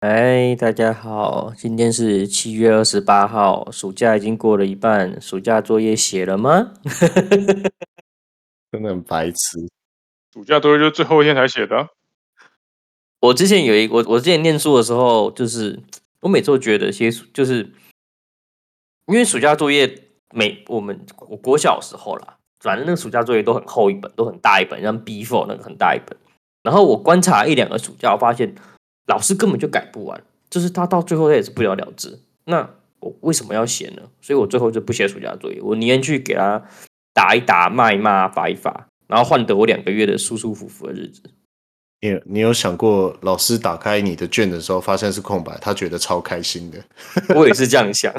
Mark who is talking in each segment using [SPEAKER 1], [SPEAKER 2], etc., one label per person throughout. [SPEAKER 1] 哎，大家好，今天是七月二十八号，暑假已经过了一半，暑假作业写了吗？
[SPEAKER 2] 真的很白痴。
[SPEAKER 3] 暑假作业就是最后一天才写的啊、
[SPEAKER 1] 我之前有一我我之前念书的时候，就是我每次都觉得些就是因为暑假作业每我们我国小的时候啦，反正那个暑假作业都很厚一本，都很大一本，像 B four 那个很大一本。然后我观察一两个暑假，我发现老师根本就改不完，就是他到最后他也是不了了之。那我为什么要写呢？所以我最后就不写暑假作业，我宁愿去给他打一打、骂一骂、罚一罚，然后换得我两个月的舒舒服服的日子。
[SPEAKER 2] 你有你有想过，老师打开你的卷的时候发现是空白，他觉得超开心的。
[SPEAKER 1] 我也是这样想，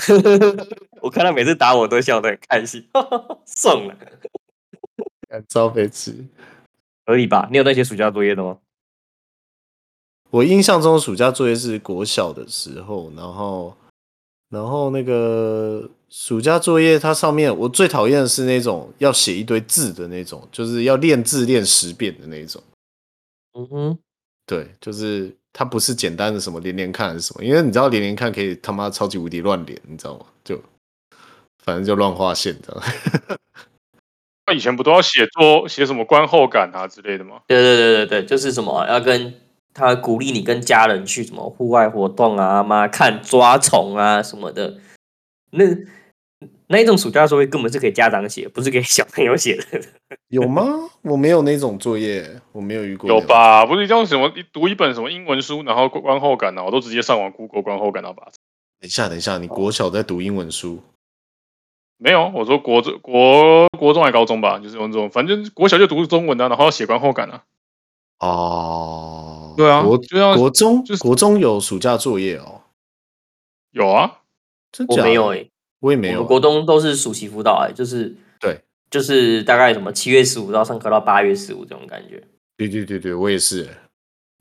[SPEAKER 1] 我看他每次打我都笑得很开心， 送了，
[SPEAKER 2] 超白痴。
[SPEAKER 1] 合理吧？你有那些暑假作业的吗？
[SPEAKER 2] 我印象中暑假作业是国小的时候，然后然后那个暑假作业它上面我最讨厌的是那种要写一堆字的那种，就是要练字练十遍的那种。
[SPEAKER 1] 嗯哼，
[SPEAKER 2] 对，就是它不是简单的什么连连看还是什么，因为你知道连连看可以他妈超级无敌乱连，你知道吗？就反正就乱画线这样。
[SPEAKER 3] 那以前不都要写作写什么观后感啊之类的吗？
[SPEAKER 1] 对对对对对，就是什么要跟他鼓励你跟家人去什么户外活动啊，妈看抓虫啊什么的，那那一种暑假作业根本是给家长写，不是给小朋友写的。
[SPEAKER 2] 有吗？我没有那种作业，我没有遇过。
[SPEAKER 3] 有？吧？不是叫什么一读一本什么英文书，然后观后感啊，我都直接上网 Google 观后感，然后把它
[SPEAKER 2] 等一下，等一下，你国小在读英文书，
[SPEAKER 3] 没有，我说国中国国中还高中吧，就是用这种，反正国小就读中文的、啊，然后要写观后感啊。
[SPEAKER 2] 哦，
[SPEAKER 3] 对啊
[SPEAKER 2] 国
[SPEAKER 3] 就要
[SPEAKER 2] 国中、
[SPEAKER 3] 就是
[SPEAKER 2] 国中有暑假作业哦，
[SPEAKER 3] 有啊，
[SPEAKER 2] 真
[SPEAKER 1] 我
[SPEAKER 2] 假的
[SPEAKER 1] 没有诶、
[SPEAKER 2] 我也没
[SPEAKER 1] 我
[SPEAKER 2] 有
[SPEAKER 1] 们
[SPEAKER 2] 啊、
[SPEAKER 1] 国中都是暑期辅导、哎，就是
[SPEAKER 2] 对，
[SPEAKER 1] 就是大概什么七月十五到上课到八月十五这种感觉。
[SPEAKER 2] 对对对对，我也是。欸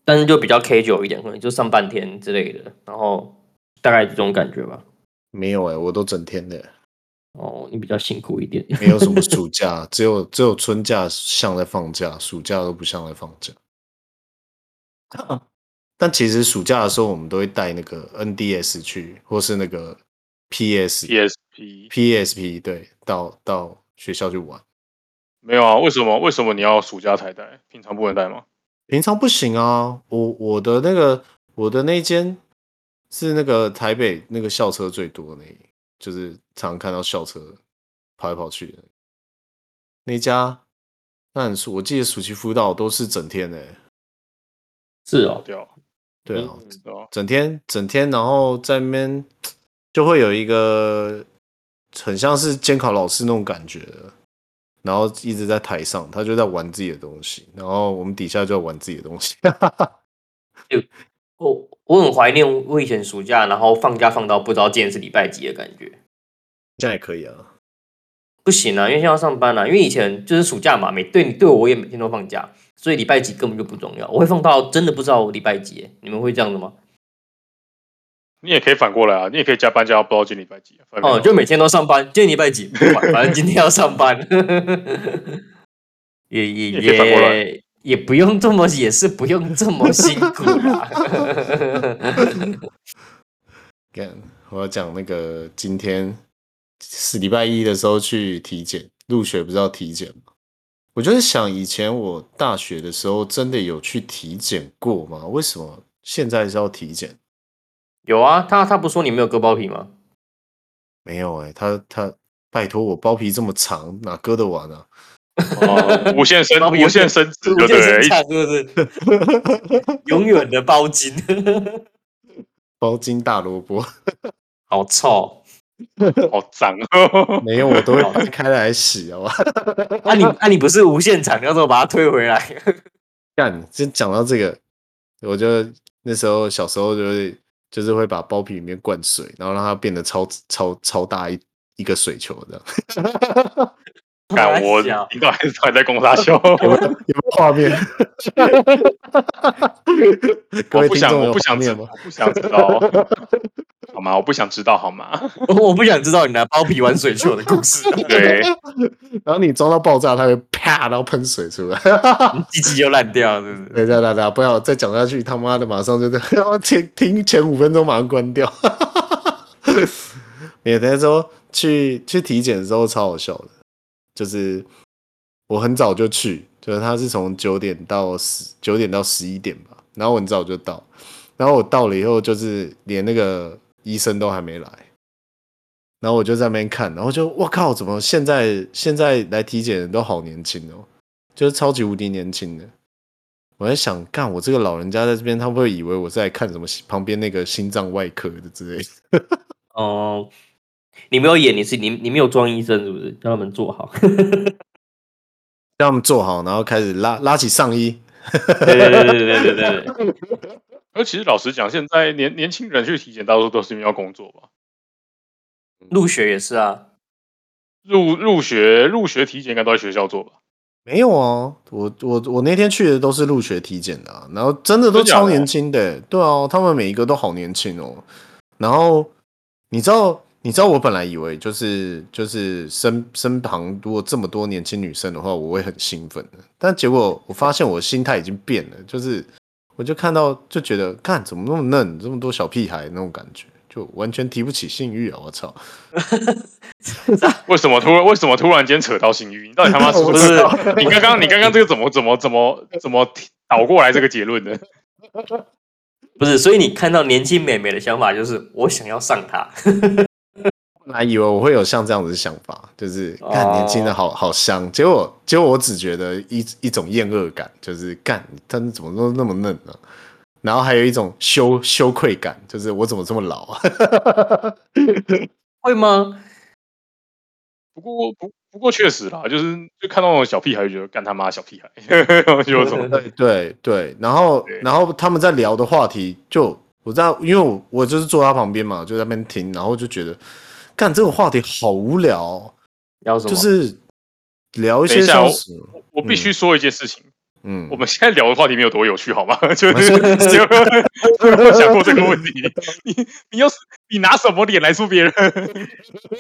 [SPEAKER 1] 但是就比较 K 九一点，可能就上半天之类的，然后大概这种感觉吧。
[SPEAKER 2] 没有哎、我都整天的，
[SPEAKER 1] 哦，你比较辛苦一点。
[SPEAKER 2] 没有什么暑假， 只有只有春假像在放假，暑假都不像在放假。但其实暑假的时候，我们都会带那个 NDS 去，或是那个 PS
[SPEAKER 3] PSP
[SPEAKER 2] PSP 对，到到学校去玩。
[SPEAKER 3] 没有啊？为什么？为什么你要暑假才带？平常不能带吗？
[SPEAKER 2] 平常不行啊，我我的那个我的那间是那个台北那个校车最多的那，就是常看到校车跑来跑去的那家。那很暑，我记得暑期辅导都是整天的、
[SPEAKER 1] 是哦，
[SPEAKER 3] 掉，
[SPEAKER 2] 对啊，
[SPEAKER 3] 嗯知道
[SPEAKER 2] 整天整天，然后在那边就会有一个很像是监考老师那种感觉的，然后一直在台上，他就在玩自己的东西，然后我们底下就在玩自己的东西。
[SPEAKER 1] 我我很怀念我以前暑假，然后放假放到不知道今天是礼拜几的感觉。
[SPEAKER 2] 这样也可以啊。
[SPEAKER 1] 不行啊，因为现在要上班了、因为以前就是暑假嘛，每对你对我我也每天都放假，所以礼拜几根本就不重要。我会放到真的不知道我礼拜几，哎你们会这样的吗？
[SPEAKER 3] 你也可以反过来啊，你也可以加班加到不知道今天礼拜几、啊。反正
[SPEAKER 1] 哦，就每天都上班，今天礼 拜几，不管反正今天要上班， 也也
[SPEAKER 3] 也可以反过来
[SPEAKER 1] 也也不用这么，也是不用这么辛苦啦。
[SPEAKER 2] 干，我要讲那个今天是礼拜一的时候去体检，入学不是要体检吗？我就在想，以前我大学的时候真的有去体检过吗？为什么现在是要体检？
[SPEAKER 1] 有啊，他他不说你没有割包皮吗？
[SPEAKER 2] 没有哎、他他拜托我包皮这么长，哪割得完啊？
[SPEAKER 3] 哦无 限升
[SPEAKER 1] 包皮
[SPEAKER 3] 无限升值，
[SPEAKER 1] 无
[SPEAKER 3] 对不
[SPEAKER 1] 限
[SPEAKER 3] 对
[SPEAKER 1] 生？产是不是？ 永远的包金，
[SPEAKER 2] 包金大萝卜
[SPEAKER 1] 好臭
[SPEAKER 3] 好脏。
[SPEAKER 2] 没有，我都会掰开来洗，好吧？
[SPEAKER 1] 啊你！啊你不是无限产，你要怎么把它推回来？
[SPEAKER 2] 干，先讲到这个，我就那时候小时候就是就是会把包皮里面灌水，然后让它变得超超超大一一个水球这样，
[SPEAKER 3] 干我
[SPEAKER 1] 小
[SPEAKER 3] 你到底是到底在跟我大笑？
[SPEAKER 2] 有没有有没有画 面？各
[SPEAKER 3] 我
[SPEAKER 2] 位
[SPEAKER 3] 不
[SPEAKER 2] 听
[SPEAKER 3] 想，
[SPEAKER 2] 众
[SPEAKER 3] 我
[SPEAKER 2] 有
[SPEAKER 3] 不想
[SPEAKER 2] 画
[SPEAKER 3] 知
[SPEAKER 2] 面
[SPEAKER 3] 道，
[SPEAKER 2] 吗？
[SPEAKER 3] 我不想知道，好吗？我不想知道，好吗？
[SPEAKER 1] 我不想知道你拿包皮玩水球的故 事，
[SPEAKER 3] 对，
[SPEAKER 2] 然后你装到爆炸，它会啪，然后喷水出来。
[SPEAKER 1] 鸡鸡又烂掉，是不是？
[SPEAKER 2] 等一下，大家不要再讲下去，他妈的，马上就 这样，然后前停前五分钟马上关掉。 你那时候去去体检的时候超好笑的，就是我很早就去，就是他是从九点到十九点到十一点吧，然后我很早就到，然后我到了以后就是连那个医生都还没来，然后我就在那边看，然后就我靠，怎么现在现在来体检的人都好年轻哦，就是超级无敌年轻的。我在想，干我这个老人家在这边，他会不会以为我在看什么旁边那个心脏外科的之类的？
[SPEAKER 1] 哦、你没有演，你是你你没有装医生，是不是？让他们做好。
[SPEAKER 2] 让他们坐好，然后开始拉拉起上衣，
[SPEAKER 1] 对对对对对对对对，
[SPEAKER 3] 而其实老实讲，现在年年轻人去体检，大多数都是因为要工作吧。
[SPEAKER 1] 入学也是啊，
[SPEAKER 3] 入入学入学体检应该都在学校做吧？
[SPEAKER 2] 没有啊，我我我那天去的都是入学体检的、啊，然后真的都
[SPEAKER 3] 真假的
[SPEAKER 2] 超年轻的欸、对啊，他们每一个都好年轻哦。然后你知道，你知道我本来以为就是就是身身旁如果这么多年轻女生的话，我会很兴奋的，但结果我发现我的心态已经变了，就是我就看到就觉得，看怎么那么嫩，这么多小屁孩那种感觉，就完全提不起性欲啊！我操，
[SPEAKER 3] 为什么突然为什么突然间扯到性欲？你到底他妈是
[SPEAKER 2] 我
[SPEAKER 3] 不
[SPEAKER 2] 不
[SPEAKER 3] 是
[SPEAKER 2] 知道？
[SPEAKER 3] 你刚刚你刚刚这个怎么怎么怎么怎么倒过来这个结论呢？
[SPEAKER 1] 不是，所以你看到年轻美眉的想法就是我想要上她，
[SPEAKER 2] 本来以为我会有像这样子的想法，就是
[SPEAKER 1] 哦
[SPEAKER 2] 干年轻的好好香，结果结果我只觉得一一种厌恶感，就是干他们怎么都那么嫩呢、然后还有一种羞羞愧感，就是我怎么这么老啊？
[SPEAKER 1] 会吗？
[SPEAKER 3] 不过不不过确实啦，就是就看到那种小屁孩就觉得干他妈小屁孩， 就有种
[SPEAKER 2] 对对对，然后
[SPEAKER 3] 对
[SPEAKER 2] 然后他们在聊的话题就我在，因为我我就是坐他旁边嘛，就在那边听，然后就觉得干这个话题好无聊哦、
[SPEAKER 1] 要什么？
[SPEAKER 2] 就是聊一些
[SPEAKER 3] 等一下
[SPEAKER 2] 像
[SPEAKER 3] 我
[SPEAKER 2] 是
[SPEAKER 3] 我必须说一件事情，
[SPEAKER 2] 嗯
[SPEAKER 3] 我们现在聊的话题没有多有趣，好吗？ 就是你有没有想过这个问 题？你你要是你拿什么脸来说别人？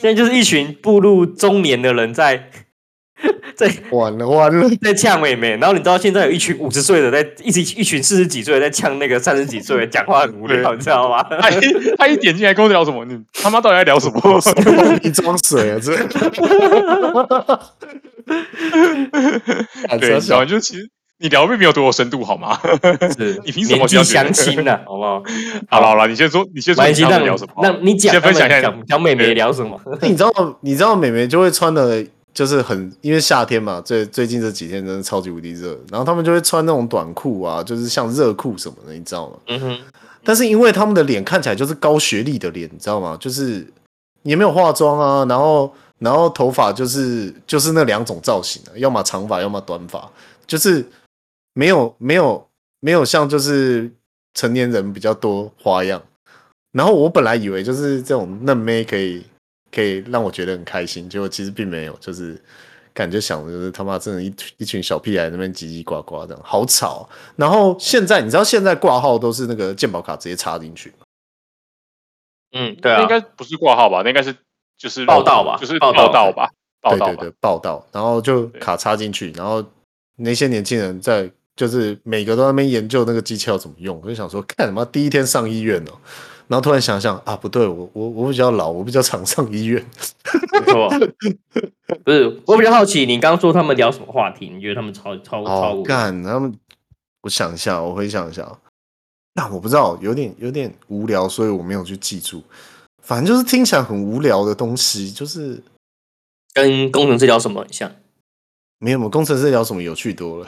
[SPEAKER 1] 现在就是一群步入中年的人在在
[SPEAKER 2] 完了完了。
[SPEAKER 1] 在呛妹妹，然后你知道现在有一群五十岁的在一起一群四十几岁的在呛那个三十几岁的，讲话很无聊，你知道 吗？
[SPEAKER 3] 他一他一点进来跟我聊什么？你他妈到底在聊什么？
[SPEAKER 2] 一装水啊，这。
[SPEAKER 3] 对，然后就是其实你聊并没有多有深度，好吗？
[SPEAKER 1] 是
[SPEAKER 3] 你凭什么
[SPEAKER 1] 年纪
[SPEAKER 3] 这样觉
[SPEAKER 1] 相
[SPEAKER 3] 得
[SPEAKER 1] 亲呐、好不好？
[SPEAKER 3] 好了好了，你先说，你先说
[SPEAKER 1] 关
[SPEAKER 3] 你
[SPEAKER 1] 系
[SPEAKER 3] 刚
[SPEAKER 1] 让
[SPEAKER 3] 刚聊什么？
[SPEAKER 1] 让你讲，
[SPEAKER 3] 先分享一下
[SPEAKER 1] 讲讲妹妹聊什么？
[SPEAKER 2] 你知道，你知道美眉就会穿的，就是很因为夏天嘛，最最近这几天真的超级无敌热，然后他们就会穿那种短裤啊，就是像热裤什么的，你知道吗？
[SPEAKER 1] 嗯哼，
[SPEAKER 2] 但是因为他们的脸看起来就是高学历的脸，你知道吗？就是也没有化妆啊，然后然后头发就是就是那两种造型啊，要么长发，要么短发，就是没有没有没有像就是成年人比较多花样。然后我本来以为就是这种嫩妹可以可以让我觉得很开心，结果其实并没有，就是感觉想的就是他妈真的一群一群小屁孩在那边叽叽呱呱这样，好吵。啊然后现在你知道现在挂号都是那个健保卡直接插进去，
[SPEAKER 1] 嗯，对
[SPEAKER 3] 那
[SPEAKER 1] 啊
[SPEAKER 3] 应，该不是挂号吧？那应该是就是
[SPEAKER 1] 报道吧
[SPEAKER 3] 就是
[SPEAKER 1] 报
[SPEAKER 3] 报
[SPEAKER 1] 道
[SPEAKER 3] 道吧，报道
[SPEAKER 2] 对
[SPEAKER 3] 吧
[SPEAKER 2] 对。对，报道，然后就卡插进去，然后那些年轻人在就是每个都在那边研究那个机器要怎么用，我就想说，看什么第一天上医院哦，然后突然想想啊，不对，我我我比较老，我比较常上医院，
[SPEAKER 1] 没 错。不是，我比较好奇，你刚刚说他们聊什么话题？你觉得他们超超超
[SPEAKER 2] 哦
[SPEAKER 1] 无，聊？
[SPEAKER 2] 干，他们，我想一下，我回想一下哦，那我不知道，有点有点无聊，所以我没有去记住，反正就是听起来很无聊的东西，就是。
[SPEAKER 1] 跟工程师聊什么很 像？
[SPEAKER 2] 没有，我们工程师聊什么有趣多了。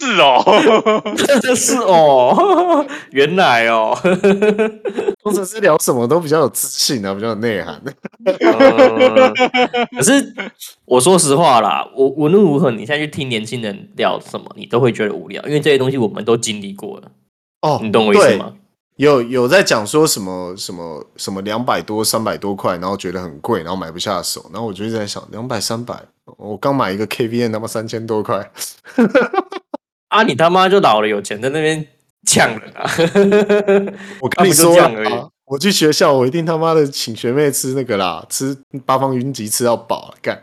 [SPEAKER 3] 是哦，
[SPEAKER 1] 是哦，原来哦，
[SPEAKER 2] 工程师聊什么都比较有自信啊，比较有内涵。
[SPEAKER 1] 嗯可是我说实话啦，我无论如何，你现在去听年轻人聊什么，你都会觉得无聊，因为这些东西我们都经历过了，
[SPEAKER 2] 哦，
[SPEAKER 1] 你懂我意思
[SPEAKER 2] 对
[SPEAKER 1] 吗？
[SPEAKER 2] 有有在讲说什么什么什么两百多三百多块，然后觉得很贵，然后买不下手，然后我就一直在想两百三百，我刚买一个 KVN 他妈三千多块，
[SPEAKER 1] 啊，你他妈就老了，有钱在那边呛人啊！
[SPEAKER 2] 我跟你
[SPEAKER 1] 啊不就
[SPEAKER 2] 说
[SPEAKER 1] 这
[SPEAKER 2] 啦
[SPEAKER 1] 样而已
[SPEAKER 2] 我去学校我一定他妈的请学妹吃那个啦，吃八方云集吃到饱，干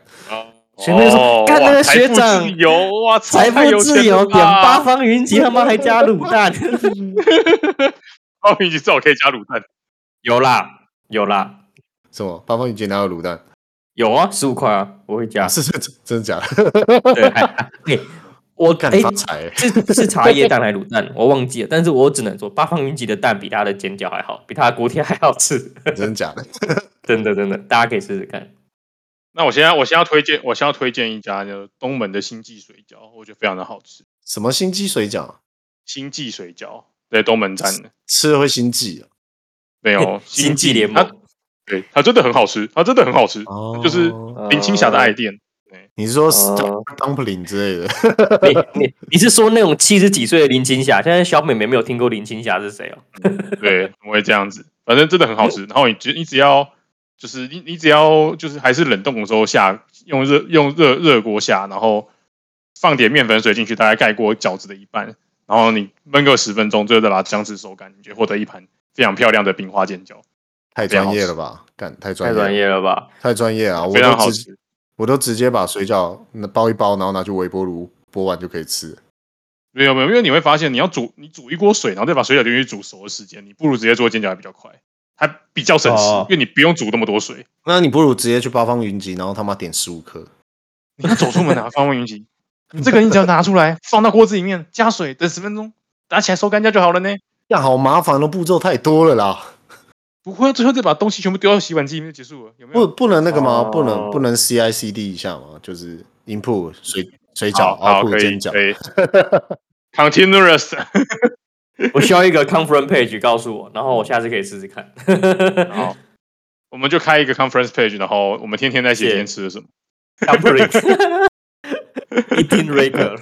[SPEAKER 1] 学妹说
[SPEAKER 3] 哦
[SPEAKER 1] 干那个
[SPEAKER 3] 哇财
[SPEAKER 1] 学
[SPEAKER 3] 富
[SPEAKER 1] 长
[SPEAKER 3] 自由哇，
[SPEAKER 1] 财
[SPEAKER 3] 太有
[SPEAKER 1] 富自
[SPEAKER 3] 钱
[SPEAKER 1] 由，
[SPEAKER 3] 了
[SPEAKER 1] 点八
[SPEAKER 3] 吧，
[SPEAKER 1] 方云集，他妈还加卤蛋，
[SPEAKER 3] 八方云集至少可以加卤蛋，
[SPEAKER 1] 有啦有啦
[SPEAKER 2] 什么八方云集哪有卤蛋？
[SPEAKER 1] 有啊，十五块啊，我会加
[SPEAKER 2] 啊，。是是真真的假的？
[SPEAKER 1] 对，还对我
[SPEAKER 2] 干
[SPEAKER 1] 哎
[SPEAKER 2] 发财欸、
[SPEAKER 1] 是是茶叶蛋还是卤蛋，我忘记了，但是我只能说八方云集的蛋比它的煎饺还好，比它的锅贴还好吃，
[SPEAKER 2] 真的假的？
[SPEAKER 1] 真的真的，大家可以试试看。
[SPEAKER 3] 那我现在我先要推荐，我先要推荐一家就是东门的星记水饺，我觉得非常的好吃。
[SPEAKER 2] 什么心机水饺？
[SPEAKER 3] 星记水饺在东门站的，
[SPEAKER 2] 吃了会心悸啊
[SPEAKER 3] 没有
[SPEAKER 1] 星际
[SPEAKER 3] 际
[SPEAKER 1] 联
[SPEAKER 3] 它
[SPEAKER 1] 盟，
[SPEAKER 3] 对它真的很好吃，它真的很好吃，
[SPEAKER 2] 哦，
[SPEAKER 3] 就是林青霞的爱店。
[SPEAKER 2] 你是说
[SPEAKER 1] 哦
[SPEAKER 2] star dumpling 之类的？
[SPEAKER 1] 你你你是说那种七十几岁的林青霞？现在小美眉没有听过林青霞是谁哦？
[SPEAKER 3] 对，我会这样子，反正真的很好吃。然后你只你只要就是你你只要就是还是冷冻的时候下，用热用热热锅下，然后放点面粉水进去，大概盖过饺子的一半，然后你焖个十分钟，最后再把姜汁收干，你就获得一盘非常漂亮的冰花煎饺，
[SPEAKER 2] 太
[SPEAKER 3] 非
[SPEAKER 2] 专
[SPEAKER 3] 常好
[SPEAKER 2] 业
[SPEAKER 3] 吃
[SPEAKER 2] 了吧？干太专
[SPEAKER 1] 太
[SPEAKER 2] 业了
[SPEAKER 1] 专，业了吧？
[SPEAKER 2] 太专业啊！我
[SPEAKER 3] 非常
[SPEAKER 2] 都
[SPEAKER 3] 好
[SPEAKER 2] 直
[SPEAKER 3] 吃。
[SPEAKER 2] 我都直接把水饺那包一包，然后拿去微波炉剥完就可以吃。
[SPEAKER 3] 没有没有，因为你会发现，你要煮你煮一锅水，然后再把水饺丢进去煮熟的时间，你不如直接做煎饺还比较快，还比较省时，
[SPEAKER 1] 哦
[SPEAKER 3] 因为你不用煮那么多水。
[SPEAKER 2] 那你不如直接去八方云集，然后他妈点十五颗。
[SPEAKER 3] 你走出 门拿方便云集，你这个你只要拿出来，放到锅子里面，加水，等十分钟，拿起来收干掉就好了呢。
[SPEAKER 2] 呀，好麻烦哦的步骤太多了啦！
[SPEAKER 3] 不会，最后再把东西全部丢到洗碗机里面就结束了，有没
[SPEAKER 2] 不，
[SPEAKER 3] 有？
[SPEAKER 2] 不能那个吗？
[SPEAKER 1] 哦
[SPEAKER 2] 不能，不能 C I C D 一下吗？就是 input 水水
[SPEAKER 3] 好
[SPEAKER 2] 饺
[SPEAKER 3] 好，
[SPEAKER 2] ，output
[SPEAKER 3] 可以
[SPEAKER 2] 煎饺
[SPEAKER 3] 可。 以。Continuous，
[SPEAKER 1] 我需要一个 conference page 告诉我，然后我下次可以试试看。
[SPEAKER 3] 好，我们就开一个 conference page，然后我们天天在写
[SPEAKER 1] 是
[SPEAKER 3] 今天吃了什么。
[SPEAKER 1] conference eating regular，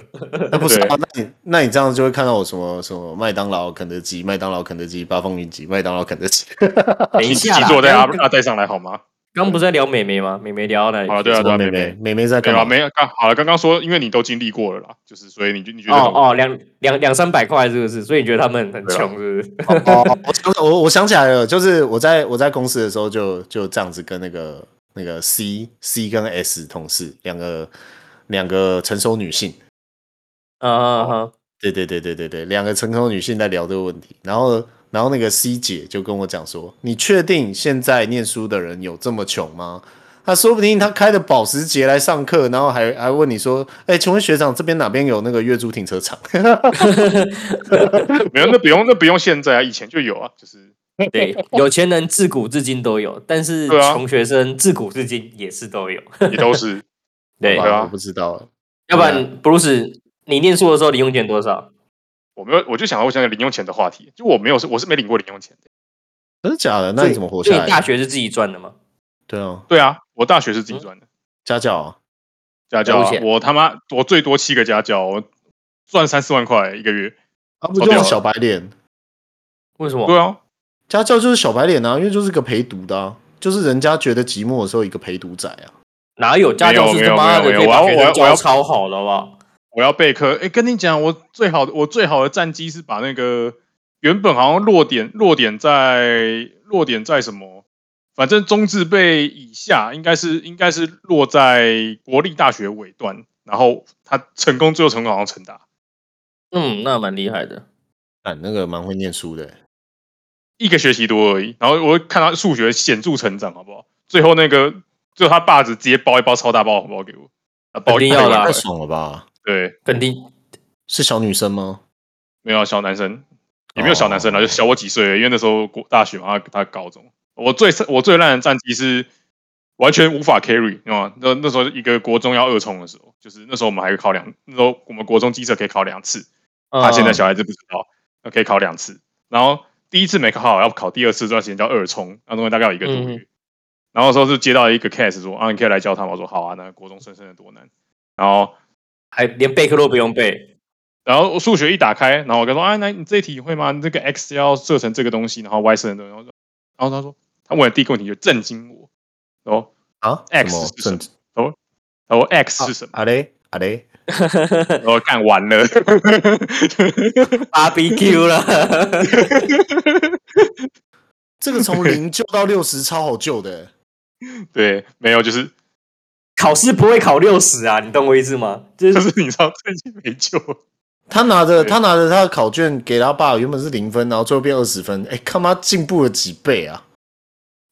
[SPEAKER 2] 那不是
[SPEAKER 3] 对
[SPEAKER 2] 啊？那你那你这样就会看到我什么什么麦当劳、肯德基、麦当劳、肯德基、八方云集、麦当劳、肯德基。
[SPEAKER 1] 等一
[SPEAKER 3] 请自
[SPEAKER 1] 下
[SPEAKER 3] 己
[SPEAKER 1] 啦，
[SPEAKER 3] 坐在阿
[SPEAKER 1] 刚
[SPEAKER 3] 阿带上来好吗？
[SPEAKER 1] 刚不是在聊美眉吗？美眉聊到哪里去？哦
[SPEAKER 3] 好了，对啊，对啊，
[SPEAKER 2] 妹
[SPEAKER 3] 妹
[SPEAKER 2] 妹
[SPEAKER 3] 妹，
[SPEAKER 2] 妹妹在
[SPEAKER 3] 对
[SPEAKER 2] 干
[SPEAKER 3] 啊，
[SPEAKER 2] 嘛？
[SPEAKER 3] 没有刚好了，刚刚说因为你都经历过了啦，就是所以你就你觉得
[SPEAKER 1] 哦哦，两两两三百块是不是？所以你觉得他们很穷是不是？
[SPEAKER 3] 啊
[SPEAKER 2] 哦，我想我我想起来了，就是我在我在公司的时候就就这样子跟那个那个 C C 跟 S 同事两个两个成熟女性，
[SPEAKER 1] 啊啊啊！
[SPEAKER 2] 对对对对对对，两个成熟女性在聊这个问题，然后然后那个 C 姐就跟我讲说，你确定现在念书的人有这么穷吗？他说不定他开的保时捷来上课，然后还还问你说，哎，请问学长这边哪边有那个月租停车场？
[SPEAKER 3] 没有，那不用，那不用现在啊，以前就有啊，就是
[SPEAKER 1] 对，有钱人自古至今都有，但是
[SPEAKER 3] 对啊
[SPEAKER 1] 穷学生自古至今也是都有。
[SPEAKER 3] 也都 是
[SPEAKER 1] 对，
[SPEAKER 3] 啊
[SPEAKER 2] 我不知道了。
[SPEAKER 1] 要不然布鲁斯，你念书的时候零用钱多少？
[SPEAKER 3] 我没有，我就想到我想零用钱的话题，就我没有，我是没领过零用钱的。
[SPEAKER 2] 真的假的？那你怎么活
[SPEAKER 1] 所以
[SPEAKER 2] 下
[SPEAKER 1] 你大
[SPEAKER 2] 来？
[SPEAKER 1] 学是自己赚的吗？
[SPEAKER 2] 对啊，
[SPEAKER 3] 对啊，我大学是自己赚的，
[SPEAKER 2] 家教啊、
[SPEAKER 3] 家教
[SPEAKER 1] 嗯了
[SPEAKER 3] 啊
[SPEAKER 1] 解，
[SPEAKER 3] 我他妈我最多七个家教，我赚三四万块一个月。
[SPEAKER 2] 啊，不
[SPEAKER 3] 超
[SPEAKER 2] 就是
[SPEAKER 3] 屌
[SPEAKER 2] 小白脸？
[SPEAKER 1] 为什么？
[SPEAKER 3] 对啊，
[SPEAKER 2] 家教就是小白脸啊，因为就是个陪读的、啊，就是人家觉得寂寞的时候一个陪读仔啊。
[SPEAKER 1] 哪有家教是他妈的
[SPEAKER 3] 没有没有没有
[SPEAKER 1] 可以把
[SPEAKER 3] 我要
[SPEAKER 1] 学
[SPEAKER 3] 我要我要
[SPEAKER 1] 生教超好的好不好？
[SPEAKER 3] 我要备课。哎，跟你讲，我最好的我最好的战绩是把那个原本好像落点落点在落点在什么，反正中字辈以下应该是应该是落在国立大学尾段，然后他成功最后成功好像成大。
[SPEAKER 1] 嗯，那蛮厉害的。
[SPEAKER 2] 啊，那个蛮会念书的欸、
[SPEAKER 3] 一个学期多而已。然后我看他数学显著成长，好不好？最后那个，最后他爸只直接包一包超大包红包给我，啊，包
[SPEAKER 1] 肯定要的啊
[SPEAKER 2] 太
[SPEAKER 3] 啦。
[SPEAKER 2] 爽了吧？
[SPEAKER 3] 对，
[SPEAKER 1] 肯定
[SPEAKER 2] 是小女生吗？
[SPEAKER 3] 没有啊小男生，也没有小男生啦，
[SPEAKER 2] 哦
[SPEAKER 3] 就小我几岁而已，因为那时候国大学嘛，他他高中。我最我最烂的战绩是完全无法 carry，你知道吗？那那时候一个国中要二冲的时候，就是那时候我们还会考两，那时候我们国中机测可以考两次，他现在
[SPEAKER 1] 嗯
[SPEAKER 3] 小孩子不知道，那可以考两次，然后第一次没考好，要考第二次这段时间叫二冲，那东西大概有一个多月。然后说是接到一个 case 说啊，你可以来教他吗？我说好啊，那国中生生的多难。然后
[SPEAKER 1] 还连备课都不用 备，
[SPEAKER 3] 然后我数学一打开，然后我跟他说啊，那你这一题会吗？你这个 x 要设成这个东西，然后 y 设成这个东西。然后他说他问的第一个问题就震惊我，然后
[SPEAKER 2] 啊
[SPEAKER 3] X
[SPEAKER 2] 什么
[SPEAKER 3] 是什么
[SPEAKER 2] 政治
[SPEAKER 3] 然后 x 是什么？
[SPEAKER 2] 啊嘞啊嘞，
[SPEAKER 3] 然后干完了。
[SPEAKER 1] b 比 Q 了，
[SPEAKER 2] 这个从零救到六十超好救 的，欸
[SPEAKER 3] 对，没有，就是
[SPEAKER 1] 考试不会考六十啊，你懂我意思吗？就
[SPEAKER 3] 就是是你知道最近没救了，
[SPEAKER 2] 他拿着
[SPEAKER 3] 对
[SPEAKER 2] 他拿着他的考卷给他爸，原本是零分，然后最后变二十分，哎，他妈进步了几倍啊！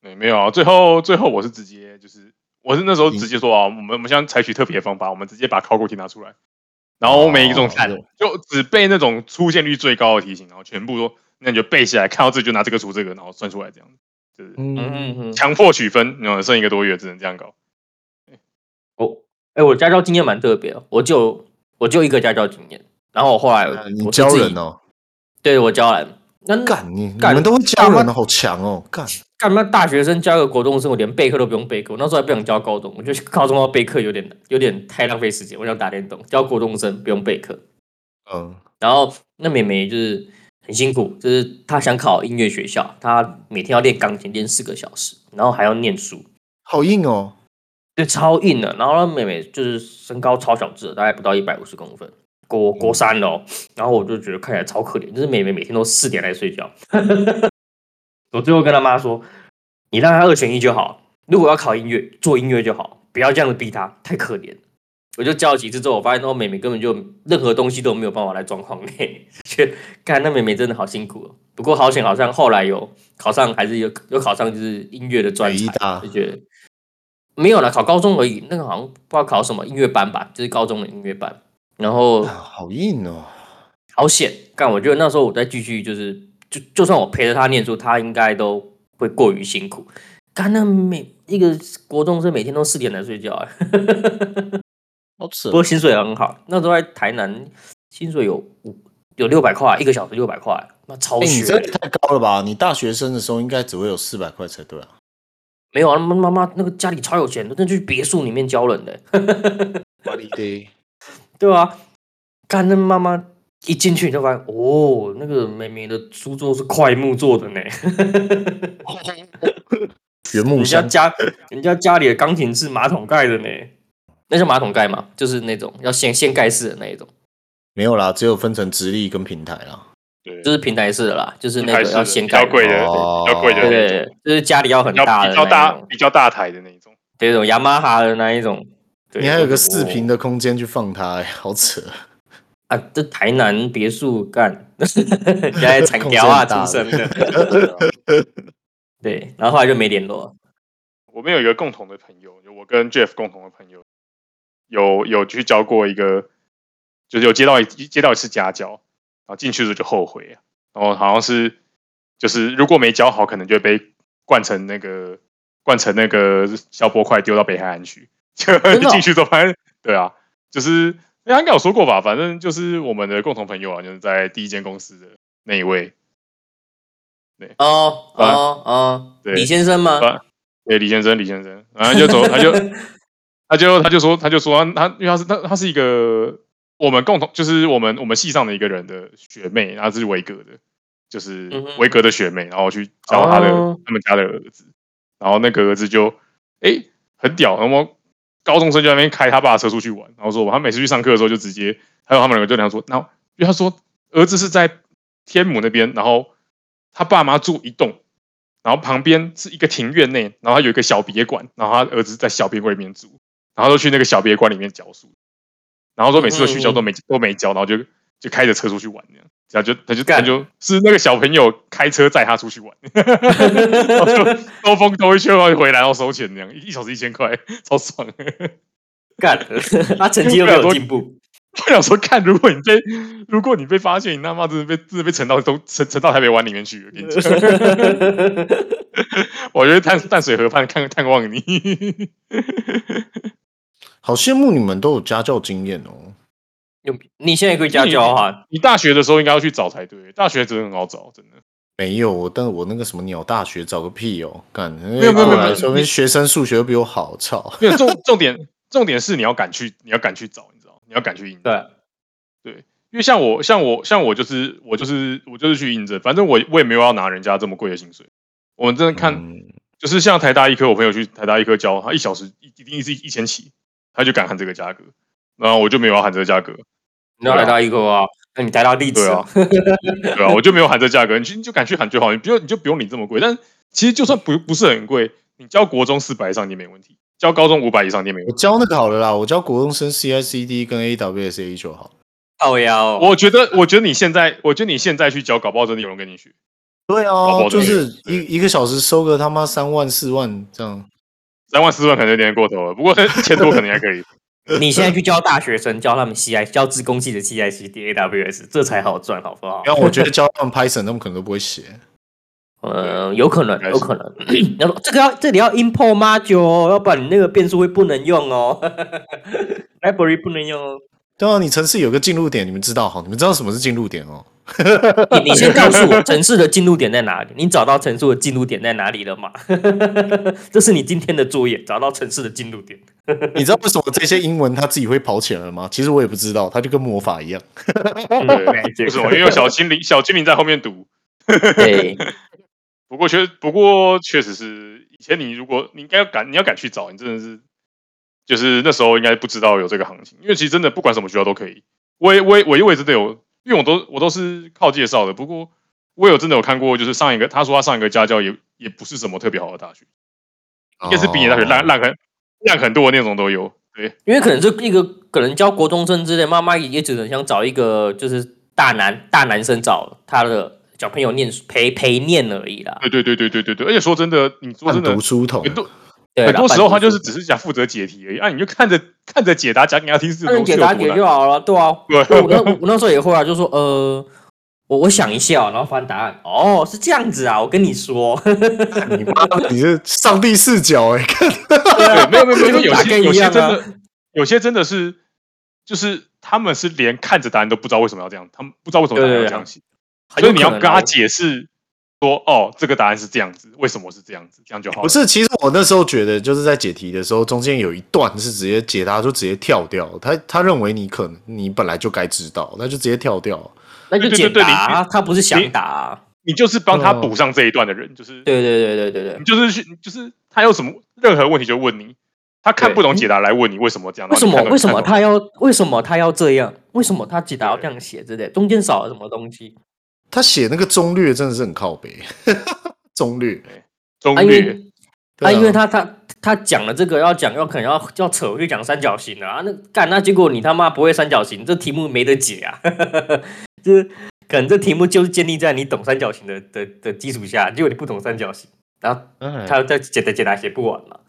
[SPEAKER 3] 对，没有啊。最后最后我是直接就是我是那时候直接说啊，我们我们现在采取特别方法，我们直接把考古题拿出来，然后每一种
[SPEAKER 2] 哦
[SPEAKER 3] 看
[SPEAKER 2] 对
[SPEAKER 3] 就只背那种出现率最高的题型，然后全部都那你就背起来，看到这就拿这个除这个，然后算出来这样子，就是
[SPEAKER 2] 嗯
[SPEAKER 1] 嗯嗯嗯，
[SPEAKER 3] 强迫取分，然后剩一个多月只能这样搞。
[SPEAKER 1] 我哎，我家教经验蛮特别的，我就我就一个家教经验，然后我后来我
[SPEAKER 2] 你教人，哦，
[SPEAKER 1] 我是自己对我教人，那
[SPEAKER 3] 嗯
[SPEAKER 2] 干你你
[SPEAKER 1] 干
[SPEAKER 2] 们都会教
[SPEAKER 1] 干
[SPEAKER 2] 人
[SPEAKER 1] 嘛
[SPEAKER 2] 哦，好强哦，干
[SPEAKER 1] 干嘛大学生教一个国中生，我连备课都不用备课。我那时候还不想教高中，我觉得高中要备课有点有点太浪费时间，我想打电动。教国中生不用备课，
[SPEAKER 2] 嗯
[SPEAKER 1] 然后那妹妹就是很辛苦，就是她想考音乐学校，她每天要练钢琴练四个小时，然后还要念书，
[SPEAKER 2] 好硬哦，
[SPEAKER 1] 就超硬的。然后那妹妹就是身高超小只的，大概不到一百五十公分，国
[SPEAKER 2] 嗯
[SPEAKER 1] 国三的哦。然后我就觉得看起来超可怜，就是妹妹每天都四点来睡觉。 我最后跟她妈说，你让她二选一就好，如果要考音乐，做音乐就好，不要这样子逼她，太可怜了。我就教了几次之后，我发现哦，妹妹根本就任何东西都没有办法来状况内， 觉得看那妹妹真的好辛苦哦。不过好险，好像后来有考上，还是有有考上就是音乐的专
[SPEAKER 2] 北医
[SPEAKER 1] 才，
[SPEAKER 2] 大
[SPEAKER 1] 就觉得没有了，考高中而已。那个好像不知道考什么音乐班吧，就是高中的音乐班。然后
[SPEAKER 2] 啊好硬哦，
[SPEAKER 1] 好险，干！我觉得那时候我再继续就是，就就算我陪着他念书，他应该都会过于辛苦。干，那每一个国中生每天都四点来睡觉、哎
[SPEAKER 2] 好扯
[SPEAKER 3] 哦
[SPEAKER 1] 不过薪水也很好。那时候在台南，薪水有五有六百块，一个小时六百块，那超
[SPEAKER 2] 哎，你
[SPEAKER 1] 血
[SPEAKER 2] 这
[SPEAKER 1] 的、
[SPEAKER 2] 个太高了吧？你大学生的时候应该只会有四百块才对啊。
[SPEAKER 1] 没有啊，妈妈妈那个家里超有钱，那去别墅里面教人的、
[SPEAKER 2] Holiday
[SPEAKER 1] 对啊，干那妈妈一进去你就发现，哦，那个妹妹的书桌是快木做的呢。
[SPEAKER 2] 原木
[SPEAKER 1] 人家
[SPEAKER 2] 香
[SPEAKER 1] 家人家家里的钢琴是马桶盖的呢，那叫马桶盖吗？就是那种要掀掀盖式的那一种，
[SPEAKER 2] 没有啦，只有分成直立跟平台啦。
[SPEAKER 3] 对，
[SPEAKER 1] 就是平台式的啦，就是那
[SPEAKER 3] 还
[SPEAKER 1] 个
[SPEAKER 3] 是
[SPEAKER 1] 要掀
[SPEAKER 3] 比
[SPEAKER 1] 盖
[SPEAKER 3] 较贵的，
[SPEAKER 2] 哦
[SPEAKER 3] 比较贵的
[SPEAKER 1] 对
[SPEAKER 3] 那种，
[SPEAKER 1] 对，对就是家里要很
[SPEAKER 3] 比较
[SPEAKER 1] 大的
[SPEAKER 3] 比较
[SPEAKER 1] 那
[SPEAKER 3] 大
[SPEAKER 1] 一种，
[SPEAKER 3] 比较大台的那一种。
[SPEAKER 1] 对那种雅马哈的那一种。对
[SPEAKER 2] 你还有个
[SPEAKER 1] 我
[SPEAKER 2] 四平
[SPEAKER 1] 我
[SPEAKER 2] 的空间去放它、哎，好扯！
[SPEAKER 1] 啊，这台南别墅干， 人家产条啊
[SPEAKER 2] 空
[SPEAKER 1] 出
[SPEAKER 2] 间
[SPEAKER 1] 生
[SPEAKER 2] 很
[SPEAKER 1] 的，
[SPEAKER 3] 对啊
[SPEAKER 1] 对，然后后来就没联络了。
[SPEAKER 3] 我们有一个共同的朋友，就我跟 Jeff 共同的朋友，有有去教过一个，就是有接到一接到一次家教，然后进去的时候就后悔，然后好像是就是如果没教好，可能就会被灌成那个灌成那个消波块丢到北海岸去。 就
[SPEAKER 1] 的哦
[SPEAKER 3] 进去之后发现，对啊，就是哎他应该有说过吧，反正就是我们的共同朋友啊，就是在第一间公司的那一位，
[SPEAKER 1] 哦
[SPEAKER 3] 啊
[SPEAKER 1] 哦哦，
[SPEAKER 3] 对
[SPEAKER 1] 李先生吗？
[SPEAKER 3] 啊对，李先生，李先生，然后他就走，他 就他就他就说，他就说他他因为他是他他是一个我们共同就是我们我们系上的一个人的学妹，她是维格的，就是
[SPEAKER 1] 嗯哼
[SPEAKER 3] 维格的学妹，然后去教他的、
[SPEAKER 1] 哦
[SPEAKER 3] 他们家的儿子，然后那个儿子就哎、诶很屌，然后高中生就在那边开他爸的车出去玩，然后说他每次去上课的时候就直接还有他们两个就聊说，那因为他说儿子是在天母那边，然后他爸妈住一栋，然后旁边是一个庭院内，然后他有一个小别馆，然后他儿子在小别馆里面住，然后都去那个小别馆里面教书，然后说每次都去教
[SPEAKER 1] 嗯嗯嗯
[SPEAKER 3] 都没都没教，然后就就开着车出去玩这样。然后就他就
[SPEAKER 1] 干
[SPEAKER 3] 他就是那个小朋友开车载他出去 玩，然后就兜风兜一圈，然后回来然后收钱这样，一一小时一千块，超爽。
[SPEAKER 1] 干，他成绩又没有进步，
[SPEAKER 3] 我想说，看，如果你被如果你被发现，你他妈真的被真的被沉到都沉沉到台北湾里面去了。跟你讲我觉得淡淡水河畔看探望你，
[SPEAKER 2] 好羡慕你们都有家教经验哦。
[SPEAKER 1] 用你现在可以家教哈，
[SPEAKER 3] 你大学的时候应该要去找才对，大学真的很好找，真的。
[SPEAKER 2] 没有，但是我那个什么鸟大学找个屁哦，干！没
[SPEAKER 3] 有没有没有
[SPEAKER 2] 说明学生数学都比我好，操！
[SPEAKER 3] 没有重重点，重点是你要敢去，你要敢去找，你知道，你要敢去应征。
[SPEAKER 1] 对，
[SPEAKER 3] 因为像我，像我，像我就是我就是我就是去应征，反正我我也没有要拿人家这么贵的薪水。我们真的看，
[SPEAKER 2] 嗯，
[SPEAKER 3] 就是像台大医科，我朋友去台大医科教，他一小时一一定是一千起，他就敢喊这个价格，然后我就没有要喊这个价格，
[SPEAKER 1] 你要来到一个啊，那你来到地址
[SPEAKER 3] 对啊， 对啊，我就没有喊这价格，你去你就敢去喊就好，你不用你就不用理这么贵。但其实就算不不是很贵，你教国中四百以上你也没问题，教高中五百以上你也没问
[SPEAKER 2] 我
[SPEAKER 3] 题。
[SPEAKER 2] 教那个好了啦，我教国中生 CICD 跟 AWSA 就好。
[SPEAKER 1] 靠腰，哦
[SPEAKER 3] 我觉得，我觉得你现在，我觉得你现在去教，搞不好真的有人跟你学。
[SPEAKER 2] 对
[SPEAKER 3] 搞不
[SPEAKER 2] 啊，
[SPEAKER 3] 好
[SPEAKER 2] 就
[SPEAKER 3] 这个
[SPEAKER 2] 是一一个小时收个他妈三万四万这样。
[SPEAKER 3] 三万四万可能有点过头了，不过 千多可能还可以。
[SPEAKER 1] 你现在去教大学生，教他们 CI 教自工系的 CIC、DAWS，这才好赚，好不好？
[SPEAKER 2] 然后我 觉得教他们 Python，他们可能都不会写。
[SPEAKER 1] 呃，有可能
[SPEAKER 3] 应该，是
[SPEAKER 1] 有可能。 要说这个要这里要 import module，哦要不然你那个变数会不能用 哦，library 不能用哦。
[SPEAKER 2] 对啊，你城市有个进入点，你们知道哈？你们知道什么是进入点哦？
[SPEAKER 1] 你你先告 诉我城市的进入点在哪里？你找到城市的进入点在哪里了吗？ 这是你今天的作业，找到城市的进入点。
[SPEAKER 2] 你知道为什么这些英文它自己会跑起来吗？其实我也不知道，它就跟魔法一样。
[SPEAKER 3] 对，为什么？因为有小精灵，小精灵在后面堵。
[SPEAKER 1] 对，
[SPEAKER 3] 不过确，不过确实是以前你如果你应该要敢，你要敢去找，你真的是就是那时候应该不知道有这个行情，因为其实真的不管什么学校都可以。我也我也我也我也真的有，因为我都我都是靠介绍的。不过我有真的有看过，就是上一个他说他上一个家教也也不是什么特别好的大学，
[SPEAKER 2] 哦
[SPEAKER 3] 应该是比你大学
[SPEAKER 1] 哦
[SPEAKER 3] 烂烂很烂很多的那种都有。对，
[SPEAKER 1] 因为可能这一个可能教国中生之类，妈妈也只能想找一个就是大男大男生找他的小朋友念书陪陪念而已啦。
[SPEAKER 3] 对对对对对对对。而且说真的，你说
[SPEAKER 2] 烂
[SPEAKER 3] 真的
[SPEAKER 2] 读，书童
[SPEAKER 3] 很。多
[SPEAKER 1] 对啦，
[SPEAKER 3] 很多时候他就是
[SPEAKER 1] 半
[SPEAKER 3] 只是想负责解题而已，啊，你就看着看着解答讲给他听是
[SPEAKER 1] 途那
[SPEAKER 3] 有
[SPEAKER 1] 你解答
[SPEAKER 3] 是有
[SPEAKER 1] 解
[SPEAKER 3] 多
[SPEAKER 1] 就
[SPEAKER 3] 难
[SPEAKER 1] 好了，对啊。
[SPEAKER 3] 对
[SPEAKER 1] 我那我那时候也会啊，就说呃，我我想一下，然后翻答案，哦，是这样子啊，我跟你说，
[SPEAKER 2] 你妈，你是上帝视角哎、
[SPEAKER 3] 对，没有没有没有，
[SPEAKER 1] 跟
[SPEAKER 3] 有
[SPEAKER 1] 打
[SPEAKER 3] 些
[SPEAKER 1] game
[SPEAKER 3] 有
[SPEAKER 1] 一
[SPEAKER 3] 些
[SPEAKER 1] 样
[SPEAKER 3] 真
[SPEAKER 1] 啊。
[SPEAKER 3] 的，有些真的是，就是他们是连看着答案都不知道为什么要这样，他们不知道为什么答
[SPEAKER 1] 对
[SPEAKER 3] 案
[SPEAKER 1] 对
[SPEAKER 3] 要
[SPEAKER 1] 对
[SPEAKER 3] 这样写，
[SPEAKER 1] 很
[SPEAKER 3] 所
[SPEAKER 1] 有
[SPEAKER 3] 以你要
[SPEAKER 1] 可能
[SPEAKER 3] 跟
[SPEAKER 1] 啊
[SPEAKER 3] 他解释说，哦，这个答案是这样子，为什么是这样子，这样就好
[SPEAKER 2] 不
[SPEAKER 3] 了。
[SPEAKER 2] 是，其实我那时候觉得，就是在解题的时候，中间有一段是直接解答就直接跳掉，他他认为你可能你本来就该知道，他就直接跳掉。
[SPEAKER 1] 那就
[SPEAKER 3] 对对
[SPEAKER 1] 解
[SPEAKER 3] 对对
[SPEAKER 1] 答啊、
[SPEAKER 3] 你
[SPEAKER 1] 他不是
[SPEAKER 3] 你
[SPEAKER 1] 想答啊、
[SPEAKER 3] 你就是帮他
[SPEAKER 2] 哦
[SPEAKER 3] 补上这一段的人，就是
[SPEAKER 1] 对对对对对
[SPEAKER 3] 你
[SPEAKER 1] 对，
[SPEAKER 3] 就是去，你就是他有什么任何问题就问你，他看
[SPEAKER 1] 对
[SPEAKER 3] 不懂解答来问你为什么这样，
[SPEAKER 1] 为什
[SPEAKER 3] 然
[SPEAKER 1] 么
[SPEAKER 3] 后你看懂
[SPEAKER 1] 为什么
[SPEAKER 3] 看懂
[SPEAKER 1] 他要为什么他要这样？为什么他解答要这样写之类？中间少了什么东西？
[SPEAKER 2] 他写那个中略真的是很靠北， 中略。
[SPEAKER 3] 中
[SPEAKER 1] 啊，因
[SPEAKER 3] 略
[SPEAKER 1] 为
[SPEAKER 2] 对
[SPEAKER 1] 啊，因为他他他讲了这个要讲要可能要要扯去讲三角形了啊，那干那结果你他妈不会三角形，这题目没得解啊， 就是可能这题目就是建立在你懂三角形的的的基础下，结果你不懂三角形，然后
[SPEAKER 2] 哎
[SPEAKER 1] 他再解答解答写不完了，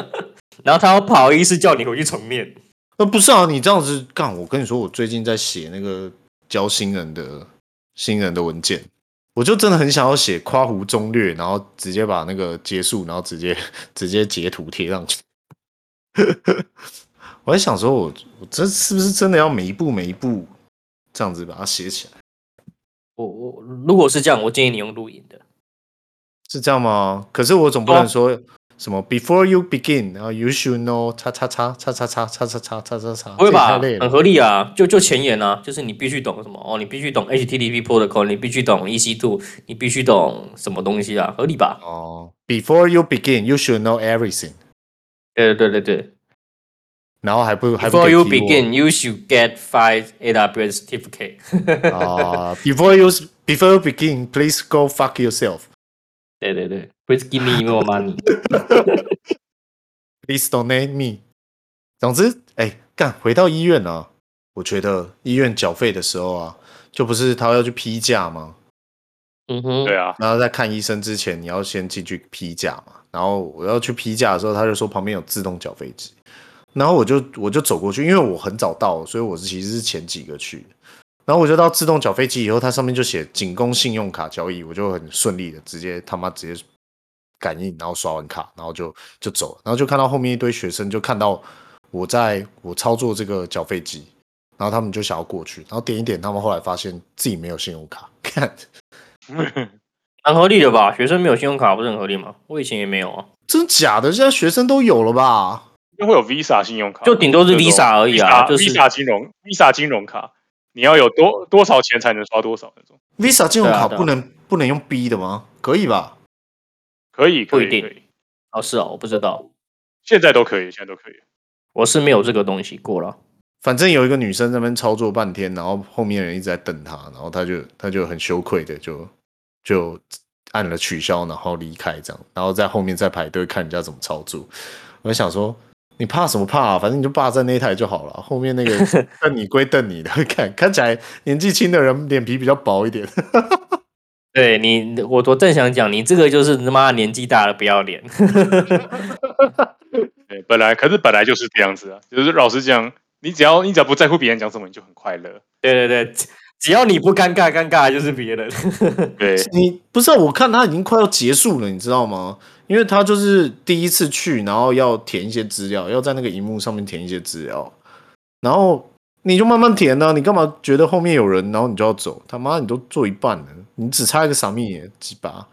[SPEAKER 1] 然后他要不好意思叫你回去重念。
[SPEAKER 2] 那不是啊，你这样子干，我跟你说，我最近在写那个教新人的新人的文件，我就真的很想要写夸胡中略，然后直接把那个结束，然后直接 直接截图贴上去。 我在想说我，我这是不是真的要每一步每一步这样子把它写起来？
[SPEAKER 1] 我我如果是这样，我建议你用录影的。
[SPEAKER 2] 是这样吗？可是我总不
[SPEAKER 1] 哦
[SPEAKER 2] 能说什么 “before you begin”，然后 “you should know” 叉叉叉叉叉叉叉叉叉叉叉叉，
[SPEAKER 1] 不会吧？
[SPEAKER 2] 这也太累
[SPEAKER 1] 很
[SPEAKER 2] 了。
[SPEAKER 1] 合理啊，就就前言啊，就是你必须懂什么哦，你必须懂 HTTP protocol，你必须懂 EC two，你必须懂什么东西啊，合理吧？
[SPEAKER 2] 哦，“before you begin”，you should know everything。
[SPEAKER 1] 对对对对
[SPEAKER 2] 然后还不还不
[SPEAKER 1] ，Before
[SPEAKER 2] 给
[SPEAKER 1] you
[SPEAKER 2] 提我
[SPEAKER 1] begin, you should get five AWS certificate。
[SPEAKER 2] 啊、b e f o r e you before you begin, please go fuck yourself.
[SPEAKER 1] 对对对，Please give me more money。
[SPEAKER 2] Please donate me. 总之，哎，干回到医院啊，我觉得医院缴费的时候啊，就不是他要去批假吗？
[SPEAKER 1] 嗯哼，
[SPEAKER 3] 对 啊，
[SPEAKER 2] 然后在看医生之前，你要先进去批假嘛。然后我要去批假的时候，他就说旁边有自动缴费机，然后我就我就走过去，因为我很早到，所以我是其实是前几个去的。然后我就到自动缴费机以后，它上面就写仅供信用卡交易，我就很顺利的直接他妈直接感应，然后刷完卡，然后就就走了。然后就看到后面一堆学生，就看到我在我操作这个缴费机，然后他们就想要过去，然后点一点，他们后来发现自己没有信用卡， 看
[SPEAKER 1] 蛮合理的吧？学生没有信用卡不是很合理吗？我以前也没有啊，
[SPEAKER 2] 真假的，现在学生都有了吧？
[SPEAKER 3] 该会有 Visa 信用卡，
[SPEAKER 1] 就顶多是
[SPEAKER 3] 这种
[SPEAKER 1] Visa 而已啊
[SPEAKER 3] Visa-
[SPEAKER 1] 就是
[SPEAKER 3] Visa 金融 Visa 金融卡，你要有多多少钱才能刷多少那种？
[SPEAKER 2] Visa 金融
[SPEAKER 1] 对啊
[SPEAKER 2] 卡
[SPEAKER 1] 对啊
[SPEAKER 2] 不能、不能用逼的吗？可以吧？
[SPEAKER 3] 可以，
[SPEAKER 1] 不
[SPEAKER 3] 可
[SPEAKER 1] 一
[SPEAKER 3] 以，
[SPEAKER 1] 定
[SPEAKER 3] 可以，
[SPEAKER 1] 哦是哦，我不知道，
[SPEAKER 3] 现在都可以，现在都可以。
[SPEAKER 1] 我是没有这个东西过了。
[SPEAKER 2] 反正有一个女生在那边操作半天，然后后面的人一直在瞪她，然后她就她就很羞愧的就就按了取消，然后离开这样，然后在后面再排队看人家怎么操作。我就想说，你怕什么怕、啊？反正你就霸占那一台就好了，后面那 个瞪你归瞪你的，看看起来年纪轻的人脸皮比较薄一点。
[SPEAKER 1] 对你，我我正想讲，你这个就是他妈年纪大了不要脸。
[SPEAKER 3] 对，本来可是本来就是这样子啊，就是老实讲，你只要你只要不在乎别人讲什么，你就很快乐。
[SPEAKER 1] 对对对，只只要你不尴尬，尴尬的就是别人。
[SPEAKER 3] 对，
[SPEAKER 2] 你不是啊、我看他已经快要结束了，你知道吗？因为他就是第一次去，然后要填一些资料，要在那个荧幕上面填一些资料，然后你就慢慢填啊呢、你干嘛觉得后面有人，然后你就要走？他妈，你都做一半了，你只差一个傻蜜耶，鸡巴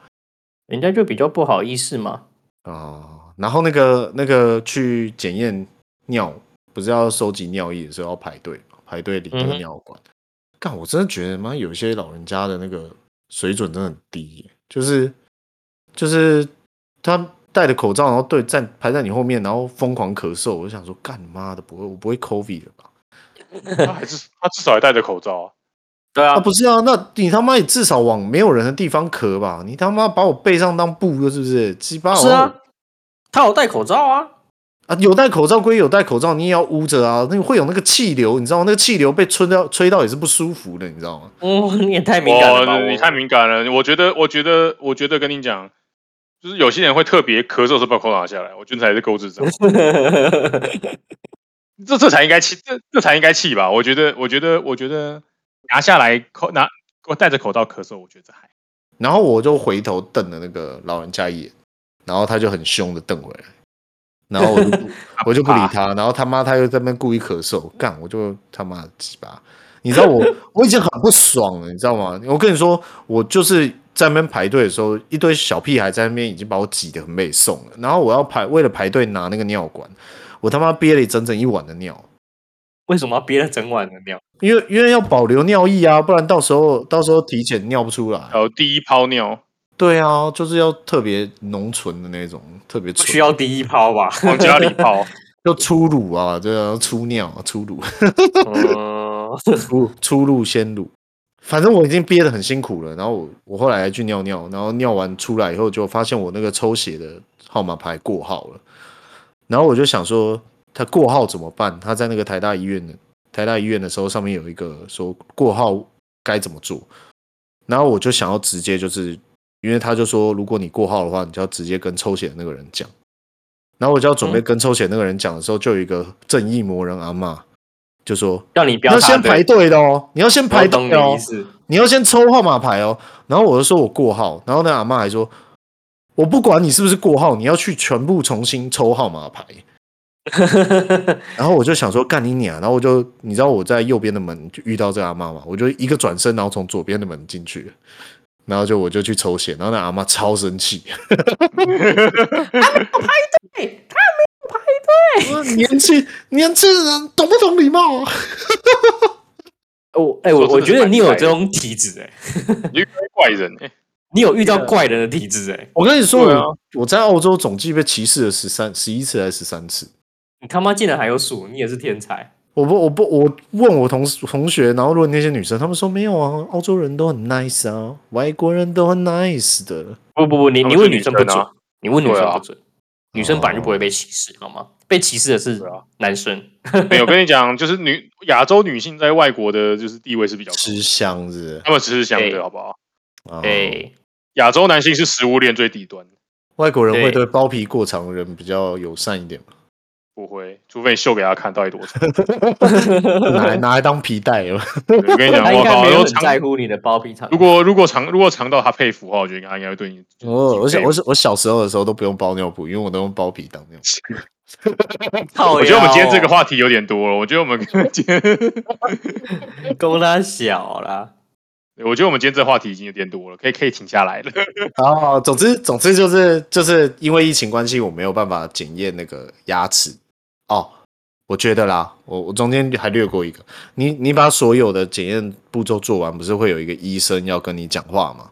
[SPEAKER 1] 人家就比较不好意思嘛。
[SPEAKER 2] 啊！然后那个那个去检验尿，不是要收集尿液的时候要排队吗，排队领那
[SPEAKER 1] 嗯
[SPEAKER 2] 个
[SPEAKER 1] 哼
[SPEAKER 2] 尿管。干，我真的觉得妈有些老人家的那个水准真的很低耶，就是就是他戴着口罩，然后对站排在你后面，然后疯狂咳嗽，我就想说，干你妈的，不会我不会 COVID 了吧？
[SPEAKER 3] 他还是他至少还戴着口罩啊。
[SPEAKER 1] 对啊
[SPEAKER 2] 啊，，不是啊，那你他妈也至少往没有人的地方咳吧？你他妈把我背上当布了是不是？鸡巴！
[SPEAKER 1] 是啊，他有戴口罩啊。
[SPEAKER 2] 啊，有戴口罩归有戴口罩，你也要捂着啊，那个会有那个气流，你知道吗？那个气流被吹到吹到也是不舒服的，你知道吗？
[SPEAKER 1] 嗯，你也太敏感了吧
[SPEAKER 3] 哇，！哦你
[SPEAKER 1] 我
[SPEAKER 3] 太敏感了。我觉得，我觉得，我觉得跟你讲，就是有些人会特别咳嗽的时候把口罩拿下来，我觉得才是够智障。这这才应该气，这这才应该气吧？我觉得，我觉得，我觉得拿下来口拿我戴着口罩咳嗽，我觉得还
[SPEAKER 2] 然后我就回头瞪了那个老人家一眼，然后他就很凶的瞪回来，然后我就不我就不理他，然后他妈他又在那边故意咳嗽，干我就他妈的鸡巴，你知道我 我已经很不爽了，你知道吗？我跟你说，我就是在那边排队的时候，一堆小屁孩在那边已经把我挤得很背送了，然后我要排为了排队拿那个尿管，我他妈憋了整整一晚的尿。
[SPEAKER 1] 为什么要憋了整晚的尿？
[SPEAKER 2] 因为因为要保留尿液啊，不然到时候到时候体检尿不出来。
[SPEAKER 3] 还有第一泡尿，
[SPEAKER 2] 对啊，就是要特别浓醇的那种，特别
[SPEAKER 1] 不
[SPEAKER 2] 纯，
[SPEAKER 1] 需要第一泡吧？
[SPEAKER 3] 往家里 泡，
[SPEAKER 2] 要初乳啊，对啊，初尿啊，初乳，
[SPEAKER 1] 嗯，
[SPEAKER 2] 初初乳先乳。反正我已经憋得很辛苦了，然后我我后来还去尿尿，然后尿完出来以后，就发现我那个抽血的号码牌过号了，然后我就想说，他过号怎么办？他在那个台大医院的台大医院的时候，上面有一个说过号该怎么做，然后我就想要直接就是，因为他就说，如果你过号的话，你就要直接跟抽血的那个人讲。然后我就要准备跟抽血那个人讲的时 候，就有一个正义魔人阿嬷就说：“
[SPEAKER 1] 让你不
[SPEAKER 2] 你要
[SPEAKER 1] 插
[SPEAKER 2] 先
[SPEAKER 1] 队
[SPEAKER 2] 排队的哦，你要先排
[SPEAKER 1] 我懂
[SPEAKER 2] 队
[SPEAKER 1] 你
[SPEAKER 2] 的
[SPEAKER 1] 的
[SPEAKER 2] 哦
[SPEAKER 1] 意，思。
[SPEAKER 2] 你要先抽号码牌哦。然后我就说我过号，然后那阿嬷还说，我不管你是不是过号，你要去全部重新抽号码 牌。然后我就想说干你娘，然后我就你知道我在右边的门就遇到这个阿嬷嘛，我就一个转身，然后从左边的门进去了，然后就我就去抽血，然后那阿嬷超生气，
[SPEAKER 1] 对
[SPEAKER 2] 我说年轻年轻人懂不懂礼貌啊？
[SPEAKER 1] 我哎，我
[SPEAKER 3] 说
[SPEAKER 1] 我
[SPEAKER 3] 真的是
[SPEAKER 1] 觉得你有
[SPEAKER 3] 蛮厉害的
[SPEAKER 1] 这种体质哎，
[SPEAKER 3] 你就该怪人哎、
[SPEAKER 1] 你有遇到怪人的体质哎，
[SPEAKER 2] 我跟你说，
[SPEAKER 3] 对啊
[SPEAKER 2] 我我在澳洲总计被歧视了十三十一次还是十三次。
[SPEAKER 1] 你他妈竟然还有数，你也是天才。
[SPEAKER 2] 我不，我不，我问我同事同学，然后问那些女生，她们说没有啊，澳洲人都很 nice 啊，外国人都很 nice 的。
[SPEAKER 1] 不不不，你
[SPEAKER 3] 他
[SPEAKER 1] 你
[SPEAKER 3] 们
[SPEAKER 1] 问
[SPEAKER 3] 是
[SPEAKER 1] 女
[SPEAKER 3] 女
[SPEAKER 1] 生不
[SPEAKER 3] 生啊
[SPEAKER 1] 准，你问女
[SPEAKER 3] 对
[SPEAKER 1] 生
[SPEAKER 3] 啊
[SPEAKER 1] 不准，女生本来就不会被歧视，好吗？被歧视的是
[SPEAKER 3] 对啊
[SPEAKER 1] 男生。
[SPEAKER 3] 没有跟你讲，就是女亚洲女性在外国的就是地位是比较高的，
[SPEAKER 2] 吃香是
[SPEAKER 3] 他们只是相对
[SPEAKER 1] 对
[SPEAKER 3] 好不好？
[SPEAKER 2] 不是，哦
[SPEAKER 1] 哎，
[SPEAKER 3] 亚洲男性是食物链最底端的。
[SPEAKER 2] 外国人会
[SPEAKER 1] 对
[SPEAKER 2] 对包皮过长的人比较友善一点嘛？
[SPEAKER 3] 不会，除非你秀给他看到底多长。
[SPEAKER 2] 拿来拿来当皮带了。
[SPEAKER 3] 对我跟你讲，
[SPEAKER 1] 他 应
[SPEAKER 3] 我
[SPEAKER 1] 该
[SPEAKER 3] 靠，
[SPEAKER 1] 没有
[SPEAKER 3] 都
[SPEAKER 1] 很在
[SPEAKER 3] 长。
[SPEAKER 1] 乎你的包皮长。
[SPEAKER 3] 如果如果长如果长到他佩服的话，我觉得他应该会对你。
[SPEAKER 1] 哦
[SPEAKER 2] 我我小我
[SPEAKER 3] 是
[SPEAKER 2] 小我小时候的时候都不用包尿布，因为我都用包皮当尿布。
[SPEAKER 1] 靠腰哦，
[SPEAKER 3] 我觉得我们今天这个话题有点多了。我觉得我们 今天，
[SPEAKER 1] 勾他小啦，
[SPEAKER 3] 我觉得我们今天这话题已经有点多了，可以可以停下来 了。
[SPEAKER 2] 哦，总之总之就是就是因为疫情关系，我没有办法检验那个牙齿。哦，我觉得啦，我我中间还略过一个，你你把所有的检验步骤做完，不是会有一个医生要跟你讲话吗？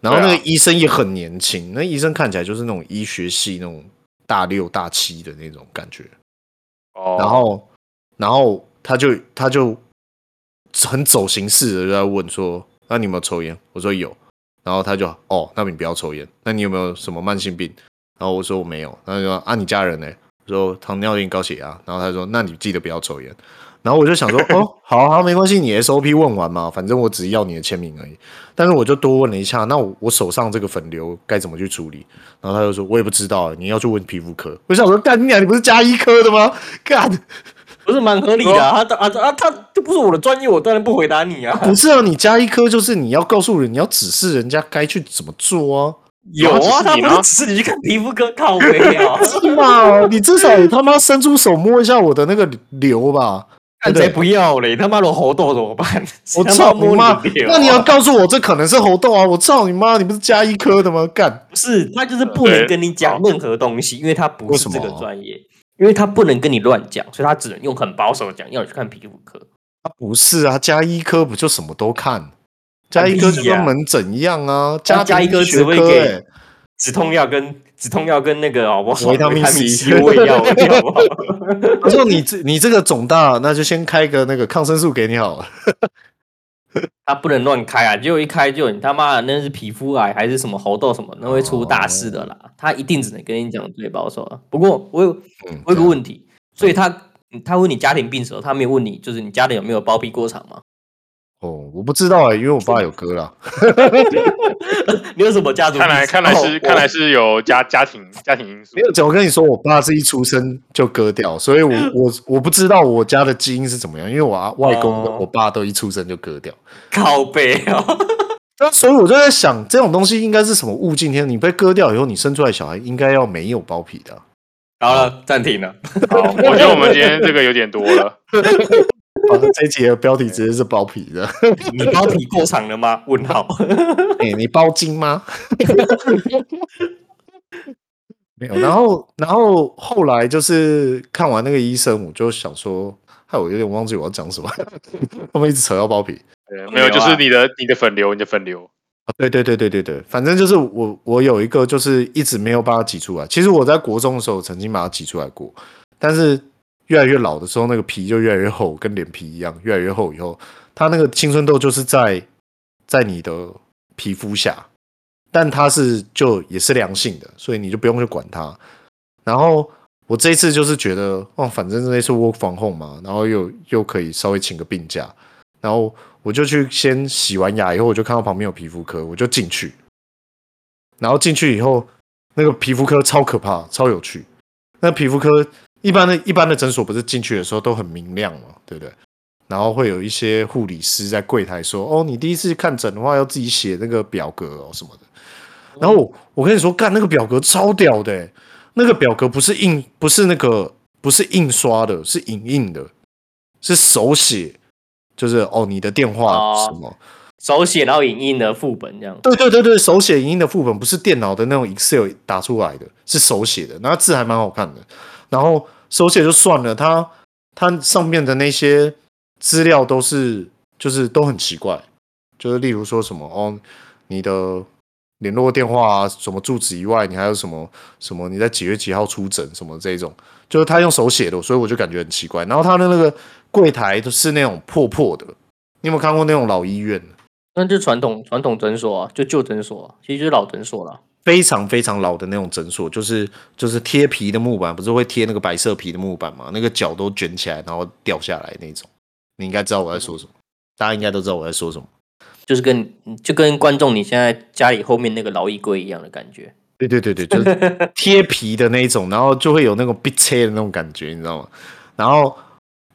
[SPEAKER 2] 然后那个
[SPEAKER 3] 对啊
[SPEAKER 2] 医生也很年轻，那医生看起来就是那种医学系那种大六大七的那种感觉。
[SPEAKER 3] 哦，
[SPEAKER 2] 然后，然后他就他就很走形式的就在问说：“那你有没有抽烟？”我说有。然后他就哦，那你不要抽烟。那你有没有什么慢性病？然后我说我没有。那就说啊，你家人呢？我说糖尿病、高血压。然后他说那你记得不要抽烟。然后我就想说哦，好啊好啊，没关系，你 SOP 问完嘛，反正我只要你的签名而已。但是我就多问了一下，那我我手上这个粉瘤该怎么去处理？然后他就说，我也不知道，你要去问皮肤科。我想说，干你娘，你不是加医科的吗？干，
[SPEAKER 1] 不是蛮合理的、啊。他啊啊，他这不是我的专业，我当然不回答你啊。
[SPEAKER 2] 不是啊，你加一科就是你要告诉人，你要指示人家该去怎么做啊。
[SPEAKER 1] 有啊，
[SPEAKER 3] 他不是
[SPEAKER 1] 他
[SPEAKER 3] 你
[SPEAKER 1] 不
[SPEAKER 3] 吗
[SPEAKER 1] 是只是你去看皮肤科靠背啊，
[SPEAKER 2] 是吧？你至少也他妈伸出手摸一下我的那个瘤吧。
[SPEAKER 1] 看谁不要嘞？你他妈的猴痘怎么办？
[SPEAKER 2] 我
[SPEAKER 1] 谁他妈
[SPEAKER 2] 操
[SPEAKER 1] 摸
[SPEAKER 2] 你妈！
[SPEAKER 1] 的脸啊
[SPEAKER 2] 那你要告诉我这可能是猴痘啊！我操你妈！你不是加医科的吗？干！
[SPEAKER 1] 不是他就是不能跟你讲任何东西，因为他不
[SPEAKER 2] 为
[SPEAKER 1] 是
[SPEAKER 2] 什
[SPEAKER 1] 这
[SPEAKER 2] 么
[SPEAKER 1] 个专业，因为他不能跟你乱讲，所以他只能用很保守的讲，要你去看皮肤科。
[SPEAKER 2] 啊不是啊，加医科不就什么都看？加医科就跟门诊一样啊，
[SPEAKER 1] 哎加
[SPEAKER 2] 加
[SPEAKER 1] 医科
[SPEAKER 2] 科
[SPEAKER 1] 只会
[SPEAKER 2] 科、
[SPEAKER 1] 给
[SPEAKER 2] 欸。
[SPEAKER 1] 止痛药跟止痛药跟那个哦好不好？
[SPEAKER 2] 维他命 C
[SPEAKER 1] 胃药胃药好不好？
[SPEAKER 2] 我说你这你这个肿大，那就先开个那个抗生素给你好了。
[SPEAKER 1] 他不能乱开啊！结果一开就你他妈的那是皮肤癌还是什么猴痘什么，那会出大事的
[SPEAKER 2] 哦
[SPEAKER 1] 啦。他一定只能跟你讲最保守啊。不过我有
[SPEAKER 2] 嗯
[SPEAKER 1] 我有个问题，所以他他问你家庭病史，他没有问你就是你家里有没有包皮过长吗？
[SPEAKER 2] 哦，我不知道哎、因为我爸有割啦。
[SPEAKER 1] 你有什么家族病
[SPEAKER 3] 看
[SPEAKER 1] 史？
[SPEAKER 3] 来看来是
[SPEAKER 1] 哦
[SPEAKER 3] 看来是有家家庭家庭因素
[SPEAKER 2] 没。有，我跟你说，我爸是一出生就割掉，所以 我我我不知道我家的基因是怎么样，因为我啊外公跟
[SPEAKER 1] 哦
[SPEAKER 2] 我爸都一出生就割掉，
[SPEAKER 1] 靠背啊！
[SPEAKER 2] 那所以我就在想，这种东西应该是什么物竞天？你被割掉以后，你生出来小孩应该要没有包皮的啊、
[SPEAKER 1] 好了，暂停 了。
[SPEAKER 3] 好，哦我觉得我们今天这个有点多 了。
[SPEAKER 2] 啊。这一集的标题直接是包皮的，
[SPEAKER 1] 你包皮过长了吗？问号。
[SPEAKER 2] 哎、你包茎吗？ 没有。然后，然后后来就是看完那个医生，我就想说，害我有点忘记我要讲什么， 我们一直扯到包皮。
[SPEAKER 3] 对
[SPEAKER 2] 啊
[SPEAKER 3] 没有，就是你的你的粉瘤，你的粉瘤。
[SPEAKER 2] 哦对对对对对对，反正就是我我有一个就是一直没有把它挤出来。其实我在国中的时候曾经把它挤出来过，但是越来越老的时候，那个皮就越来越厚，跟脸皮一样，越来越厚。以后它那个青春痘就是在在你的皮肤下，但它是就也是良性的，所以你就不用去管它。然后我这一次就是觉得，哦，反正那次 work from home 嘛，然后又又可以稍微请个病假，然后我就去先洗完牙以后，我就看到旁边有皮肤科，我就进去，然后进去以后，那个皮肤科超可怕，超有趣。那皮肤科一般的一般的诊所不是进去的时候都很明亮嘛，对不对？然后会有一些护理师在柜台说：“哦，你第一次看诊的话要自己写那个表格哦什么的。”然后我我跟你说，干那个表格超屌的欸、那个表格不是印，不是那个不是印刷的，是影印的，是手写，就是哦你的电话
[SPEAKER 1] 哦
[SPEAKER 2] 什么，
[SPEAKER 1] 手写然后影印的副本这样。
[SPEAKER 2] 对对对对，手写影音的副本不是电脑的那种 Excel 打出来的，是手写的，那字还蛮好看的。然后手写就算了，它它上面的那些资料都是就是都很奇怪，就是例如说什么哦，你的联络电话啊，什么住址以外，你还有什么什么你在几月几号出诊什么这种，就是他用手写的，所以我就感觉很奇怪。然后他的那个柜台都是那种破破的，你有没有看过那种老医院？
[SPEAKER 1] 那就传统传统诊所啊，就旧诊所、啊，其实就是老诊所了。
[SPEAKER 2] 非常非常老的那种诊所，就是就是贴皮的木板，不是会贴那个白色皮的木板吗？那个角都卷起来，然后掉下来那种。你应该知道我在说什么，大家应该都知道我在说什么。
[SPEAKER 1] 就是跟就跟观众你现在家里后面那个劳役柜一样的感觉。
[SPEAKER 2] 对对对对， 就是贴皮的那一种，然后就会有那种被切的那种感觉，你知道吗？然后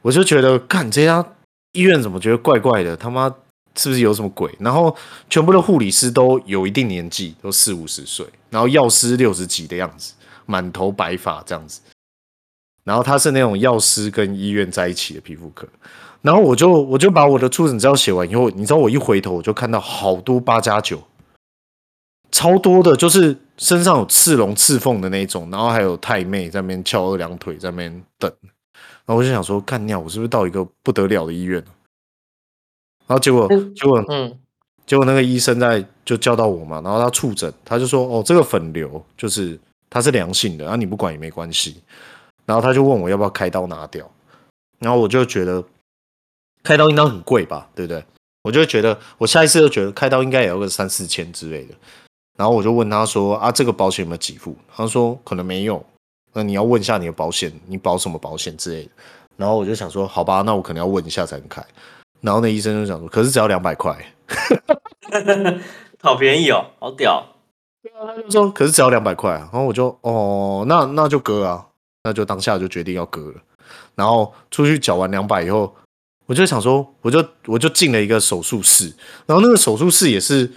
[SPEAKER 2] 我就觉得，看这家医院怎么觉得怪怪的，他妈是不是有什么鬼？然后全部的护理师都有一定年纪，都四五十岁，然后药师六十几的样子，满头白发这样子。然后他是那种药师跟医院在一起的皮肤科，然后我就我就把我的出诊资料写完以后，你知道我一回头我就看到好多八加九，超多的，就是身上有刺龙刺凤的那种，然后还有太妹在那边翘二郎腿在那边等，然后我就想说，干尿，我是不是到一个不得了的医院了？然后结果
[SPEAKER 1] 嗯
[SPEAKER 2] 结果
[SPEAKER 1] 嗯，
[SPEAKER 2] 结果那个医生在就叫到我嘛，然后他触诊，他就说哦，这个粉瘤就是它是良性的，啊你不管也没关系。然后他就问我要不要开刀拿掉，然后我就觉得开刀应当很贵吧，对不对？我就觉得我下一次就觉得开刀应该也要个三四千之类的。然后我就问他说啊，这个保险有没有给付？他说可能没有，那你要问一下你的保险，你保什么保险之类的。然后我就想说，好吧，那我可能要问一下才能开。然后那医生就想说，可是只要两百块。
[SPEAKER 1] 好便宜哦，好屌，
[SPEAKER 2] 他就说可是只要两百块啊，然后我就哦，那那就割啊，那就当下就决定要割了。然后出去缴完两百以后，我就想说，我就我就进了一个手术室，然后那个手术室也是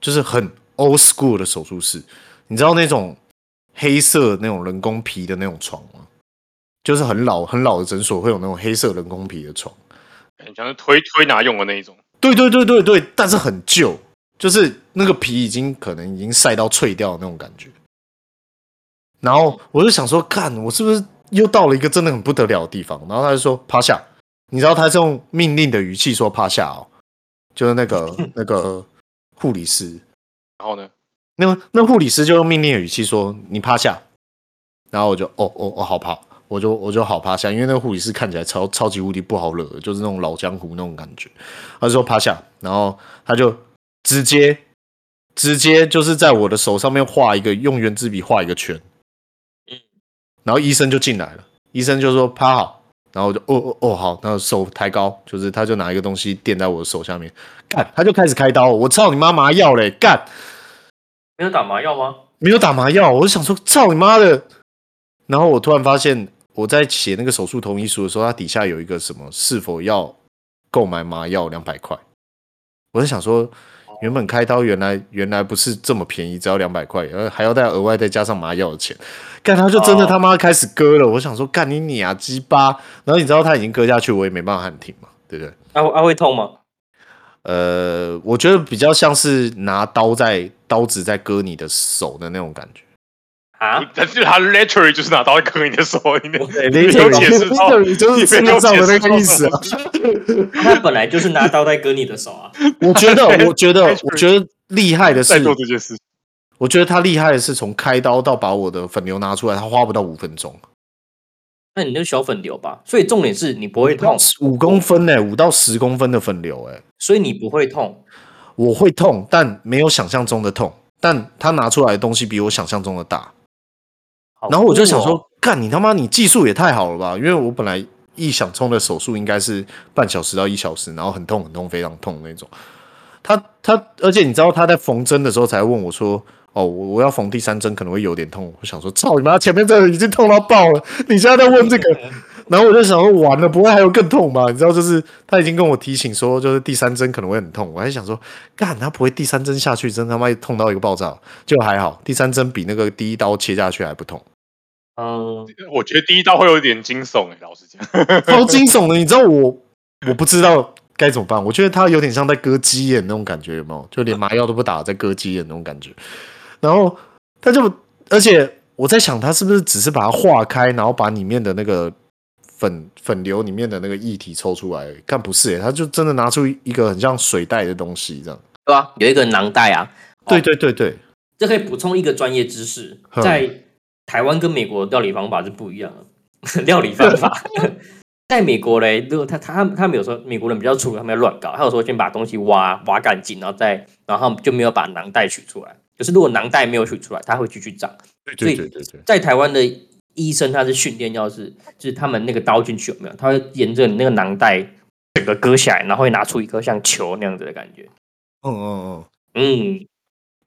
[SPEAKER 2] 就是很 old school 的手术室，你知道那种黑色那种人工皮的那种床吗？就是很老很老的诊所会有那种黑色人工皮的床。
[SPEAKER 3] 很像是推推拿用的那一种。
[SPEAKER 2] 对对对对对，但是很旧，就是那个皮已经可能已经晒到脆掉的那种感觉。然后我就想说，看我是不是又到了一个真的很不得了的地方？然后他就说趴下，你知道他是用命令的语气说趴下哦，就是那个那个护理师，
[SPEAKER 3] 然后呢，
[SPEAKER 2] 那个那护理师就用命令的语气说你趴下，然后我就哦哦哦好趴，我就我就好趴下，因为那个护理师看起来超超级无敌不好惹的，就是那种老江湖那种感觉。他就说趴下，然后他就直接直接就是在我的手上面画一个用圆珠笔画一个圈，
[SPEAKER 1] 嗯
[SPEAKER 2] 然后医生就进来了，医生就说趴好，然后我就哦哦哦好，那手抬高，就是他就拿一个东西垫在我的手下面，干他就开始开刀，我操你妈麻药嘞，干！
[SPEAKER 1] 没有打麻药吗？
[SPEAKER 2] 没有打麻药，我就想说操你妈的！然后我突然发现我在写那个手术同意书的时候，它底下有一个什么是否要购买麻药两百块，我就想说原本开刀原来原来不是这么便宜，只要两百块，然后还要再额外再加上麻药的钱，干他就真的
[SPEAKER 1] 哦
[SPEAKER 2] 他妈开始割了，我想说干你你啊鸡巴！然后你知道他已经割下去，我也没办法喊停嘛，对不对？
[SPEAKER 1] 啊啊会痛吗？
[SPEAKER 2] 呃，我觉得比较像是拿刀在刀子在割你的手的那种感觉。
[SPEAKER 1] 啊，
[SPEAKER 3] 但是他 literally 就是拿刀割你的手，你的
[SPEAKER 1] 哎
[SPEAKER 2] 雷
[SPEAKER 3] 没有解释到
[SPEAKER 2] 就是字面上的那个意思啊。
[SPEAKER 1] 他本来就是拿刀在割你的手 啊。
[SPEAKER 2] 我觉得，我觉得
[SPEAKER 3] 没有解，释
[SPEAKER 2] 我觉得厉害的
[SPEAKER 3] 在
[SPEAKER 2] 是
[SPEAKER 3] 做，这件事。
[SPEAKER 2] 我觉得他厉害的是从开刀到把我的粉瘤拿出来，他花不到五分钟，
[SPEAKER 1] 那你就小粉瘤吧。所以重点是你不会痛，
[SPEAKER 2] 五公分呢、五到十公分的粉瘤哎、
[SPEAKER 1] 所以你不会痛。
[SPEAKER 2] 我会痛，但没有想象中的痛。但他拿出来的东西比我想象中的大，
[SPEAKER 1] 好
[SPEAKER 2] 然后我就
[SPEAKER 1] 酷
[SPEAKER 2] 想
[SPEAKER 1] 哦
[SPEAKER 2] 说，，干你他妈，你技术也太好了吧？因为我本来一想冲的手术应该是半小时到一小时，然后很痛很痛，非常痛那种。他他，而且你知道他在缝针的时候才问我说：“哦，我我要缝第三针，可能会有点痛。”我想说：“操你妈，前面这个已经痛到爆了，你现在在问这 个？”然后我就想说：“完了，不会还有更痛吧？”你知道，就是他已经跟我提醒说，就是第三针可能会很痛。我还想说：“干，他不会第三针下去，真他妈痛到一个爆炸。”就还好，第三针比那个第一刀切下去还不痛。
[SPEAKER 1] 嗯，
[SPEAKER 3] 我觉得第一刀会有点惊悚哎、老实讲，
[SPEAKER 2] 超惊悚的，你知道我我不知道该怎么办，我觉得他有点像在割鸡眼那种感觉，有没有？就连麻药都不打，在割鸡眼那种感觉。然后他就，而且我在想，他是不是只是把它化开，然后把里面的那个粉粉瘤里面的那个液体抽出来而已？但不是、欸，他就真的拿出一个很像水袋的东西这样。
[SPEAKER 1] 对吧、有一个囊袋啊，
[SPEAKER 2] 对对对对，
[SPEAKER 1] 这可以补充一个专业知识，
[SPEAKER 2] 哼
[SPEAKER 1] 在台湾跟美国料理方法是不一样的。 料理方法，在美国嘞，如果他他他们有时候美国人比较粗鲁，他们要乱搞，他有时候先把东西挖挖干净，然后再然后他们就没有把囊袋取出来。可是如果囊袋没有取出来，它会继续长。
[SPEAKER 2] 对
[SPEAKER 1] 所以
[SPEAKER 2] 对对对对，
[SPEAKER 1] 在台湾的医生他是训练，要是就是他们那个刀进去有没有，他会沿着你那个囊袋整个割下来，然后会拿出一颗像球那样子的感觉。
[SPEAKER 2] 嗯嗯嗯。
[SPEAKER 1] 嗯，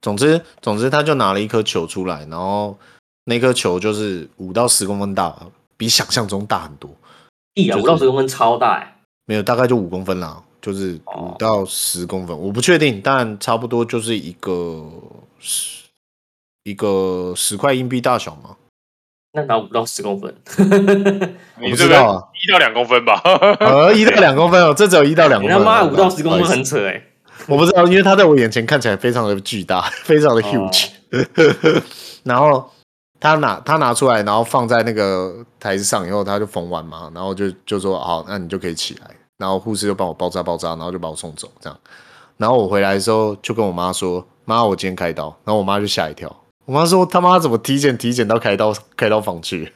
[SPEAKER 2] 总之，总之，他就拿了一颗球出来，然后那颗球就是五到十公分大，比想象中大很多。
[SPEAKER 1] 地啊，
[SPEAKER 2] 就是
[SPEAKER 1] 五到十公分超大哎、
[SPEAKER 2] 没有，大概就五公分啦，就是
[SPEAKER 1] 哦
[SPEAKER 2] 五到十公分，我不确定，但差不多就是一个十一个十块硬币大小 嘛。
[SPEAKER 1] 那拿五到十公分，
[SPEAKER 3] 你
[SPEAKER 2] 不
[SPEAKER 3] 这
[SPEAKER 2] 知
[SPEAKER 3] 个
[SPEAKER 2] 道啊
[SPEAKER 3] 一到两公分吧？
[SPEAKER 1] 啊
[SPEAKER 2] 呃，一到两公分哦，这只有一 到两
[SPEAKER 1] 你
[SPEAKER 2] 公
[SPEAKER 1] 他
[SPEAKER 2] 分。啊哦
[SPEAKER 1] 妈五到
[SPEAKER 2] 不
[SPEAKER 1] 十公
[SPEAKER 2] 好意
[SPEAKER 1] 分
[SPEAKER 2] 思
[SPEAKER 1] 很扯哎、
[SPEAKER 2] 我不知道，因为它在我眼前看起来非常的巨大， 非常的 huge。然 后他拿他拿出来，然后放在那个台子上以后，他就缝完嘛，然后就就说好，那你就可以起来。然后护士就帮我包扎包扎，然后就把我送走这样。然后我回来的时候就跟我妈说：“妈，我今天开刀。”然后我妈就吓一跳，我妈说：“他妈怎么体检体检到开刀开刀房去？”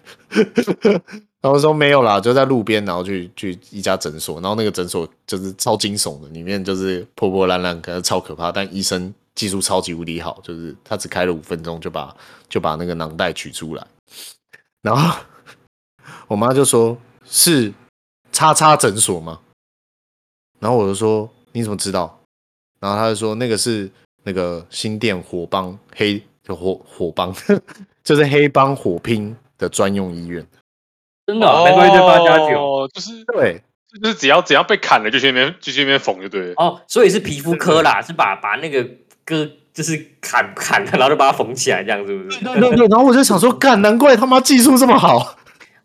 [SPEAKER 2] 然后说没有啦，就在路边，然后去去一家诊所，然后那个诊所就是超惊悚的，里面就是破破烂烂，可能超可怕，但医生技术超级无敌好，就是他只开了五分钟就把就把那个囊袋取出来，然后我妈就说是叉叉诊所吗？然后我就说你怎么知道？然后他就说那个是那个新店火帮黑火火帮， 就是黑帮火拼的专用医院。
[SPEAKER 1] 真的、啊，难怪一堆八加九
[SPEAKER 3] 哦，就是
[SPEAKER 2] 对，
[SPEAKER 3] 就是只要只要被砍了就去那边就去那边缝就对了。
[SPEAKER 1] 哦，所以是皮肤 科啦，是把把那个割就是砍砍了，然后就把它缝起来，这样是不是？
[SPEAKER 2] 对对对，然后我就想说，干，难怪他妈技术这么好，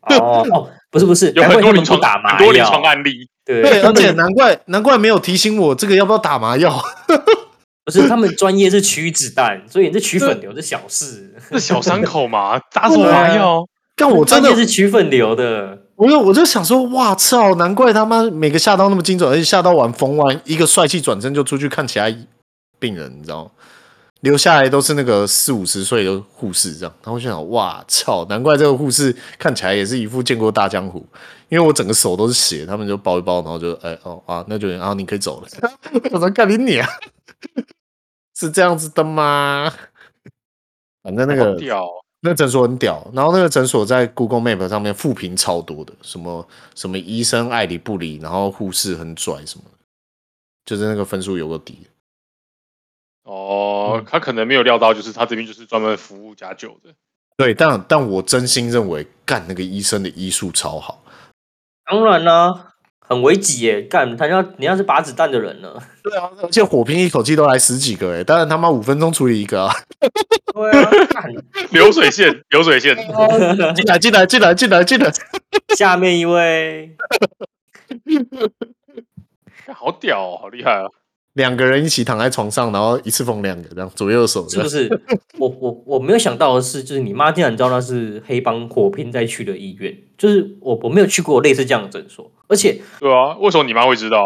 [SPEAKER 1] 哦哦，不是不是，
[SPEAKER 3] 有
[SPEAKER 1] 难
[SPEAKER 3] 很多
[SPEAKER 1] 怪他
[SPEAKER 3] 临
[SPEAKER 1] 们不
[SPEAKER 3] 床
[SPEAKER 1] 打麻
[SPEAKER 3] 很
[SPEAKER 1] 药，
[SPEAKER 3] 多临床案例，
[SPEAKER 1] 对
[SPEAKER 2] 对，
[SPEAKER 1] 他
[SPEAKER 2] 而
[SPEAKER 1] 们
[SPEAKER 2] 且难怪难怪没有提醒我这个要不要打麻药，
[SPEAKER 1] 不是他们专业是取子弹，所以你这取粉瘤是小事，
[SPEAKER 3] 是小伤口 嘛，打什么
[SPEAKER 2] 对啊
[SPEAKER 3] 麻药？
[SPEAKER 2] 但 我真
[SPEAKER 1] 专
[SPEAKER 2] 的
[SPEAKER 1] 业，是取粉瘤的。
[SPEAKER 2] 我就我就想说，哇操，难怪他妈每个下刀那么精准，而且下刀完缝完一个帅气转身就出去看其他病人，你知道吗？留下来都是那个四五十岁的护士这样，然后我就想，哇操，难怪这个护士看起来也是一副见过大江湖，因为我整个手都是血，他们就包一包，然后就哎哦啊，那就啊你可以走了， 我说干你你 啊，是这样子的吗？反正那个
[SPEAKER 3] 好屌哦，
[SPEAKER 2] 那诊所很屌，然后那个诊所在 Google Map 上面负评超多的，什么什么医生爱理不理，然后护士很拽什么的，就是那个分数有个底。嗯
[SPEAKER 3] 哦，他可能没有料到，就是他这边就是专门服务加酒的。
[SPEAKER 2] 对，但但我真心认为，干那个医生的医术超好。
[SPEAKER 1] 当然啦、很危急耶！干，他要你要是靶子弹的人呢？
[SPEAKER 2] 对啊，而且火拼一口气都来十几个哎、当然他妈五分钟处理一个啊！
[SPEAKER 1] 对啊，干
[SPEAKER 3] 流 水线，流水线，
[SPEAKER 2] 进来进来进来进来进来，
[SPEAKER 1] 下面一位，
[SPEAKER 3] 好屌哦，好厉害啊！
[SPEAKER 2] 两个人一起躺在床上，然后一次缝两个，这样左右手
[SPEAKER 1] 是
[SPEAKER 2] 这
[SPEAKER 1] 不
[SPEAKER 2] 样。
[SPEAKER 1] 是？ 我我我没有想到的是，就是你妈竟然知道那是黑帮火拼在去的医院，就是我我没有去过类似这样的诊所，而且
[SPEAKER 3] 对啊，为什么你妈会知道？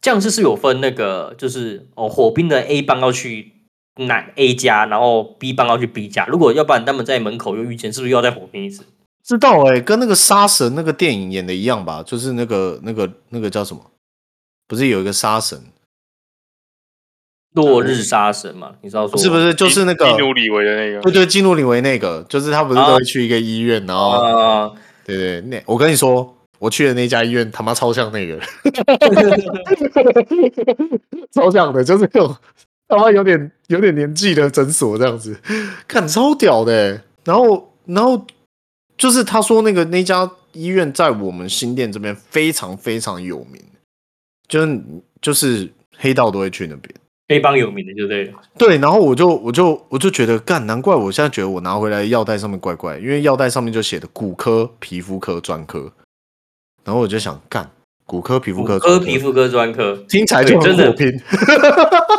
[SPEAKER 1] 这样是是有分那个，就是哦火拼的 A 帮要去哪 A 家，然后 B 帮要去 B 家，如果要不然他们在门口又遇见，是不是又要再火拼一次？
[SPEAKER 2] 知道哎、跟那个杀神那个电影演的一样吧？就是那个那个那个叫什么？不是有一个杀神？
[SPEAKER 1] 落日杀神嘛，你知道说
[SPEAKER 2] 不是不是，就是那个
[SPEAKER 3] 基努里维的那个，
[SPEAKER 2] 对对，基努里维那个，就是他不是都会去一个医院，然后、
[SPEAKER 1] 啊？
[SPEAKER 2] 对对，那我跟你说，我去的那家医院他妈超像那个， 超像的，就是那种他妈有点有点年纪的诊所这样子，看超屌的欸。然后然后就是他说那个那家医院在我们新店这边非常非常有名，就是就是黑道都会去那边。
[SPEAKER 1] 黑帮有名的就对了。
[SPEAKER 2] 对，然后我就我就我就觉得，干，难怪我现在觉得我拿回来的药袋上面怪怪，因为药袋上面就写的骨科、皮肤科专科，然后我就想，干，骨科、皮肤科、
[SPEAKER 1] 科皮，肤科专科，
[SPEAKER 2] 听起来就
[SPEAKER 1] 对
[SPEAKER 2] 很
[SPEAKER 1] 真的
[SPEAKER 2] 火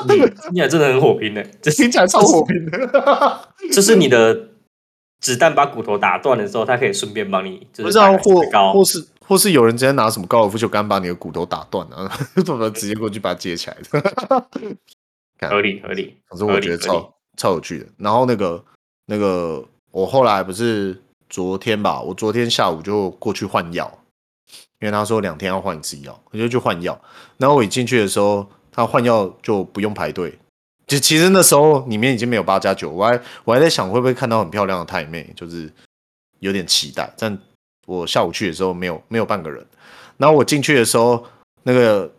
[SPEAKER 2] 拼，
[SPEAKER 1] 你你俩真的很火拼呢。这是
[SPEAKER 2] 听起来超火拼的。
[SPEAKER 1] 这是你的子弹把骨头打断的时候，它可以顺便帮你，就
[SPEAKER 2] 不
[SPEAKER 1] 是
[SPEAKER 2] 知道
[SPEAKER 1] 打个
[SPEAKER 2] 或
[SPEAKER 1] 石膏
[SPEAKER 2] 或是或是有人直接拿什么高尔夫球杆把你的骨头打断啊， 怎么直接过去把它接起来的？
[SPEAKER 1] 合理合理。
[SPEAKER 2] 可是我觉得
[SPEAKER 1] 合理合理
[SPEAKER 2] 超超有趣的。然后那个那个，我后来不是昨天吧，我昨天下午就过去换药，因为他说两天要换一次药，我就去换药。然后我一进去的时候，他换药就不用排队。就其实那时候里面已经没有八加九，我还我还在想会不会看到很漂亮的太妹，就是有点期待。但我下午去的时候没有没有半个人。然后我进去的时候，那个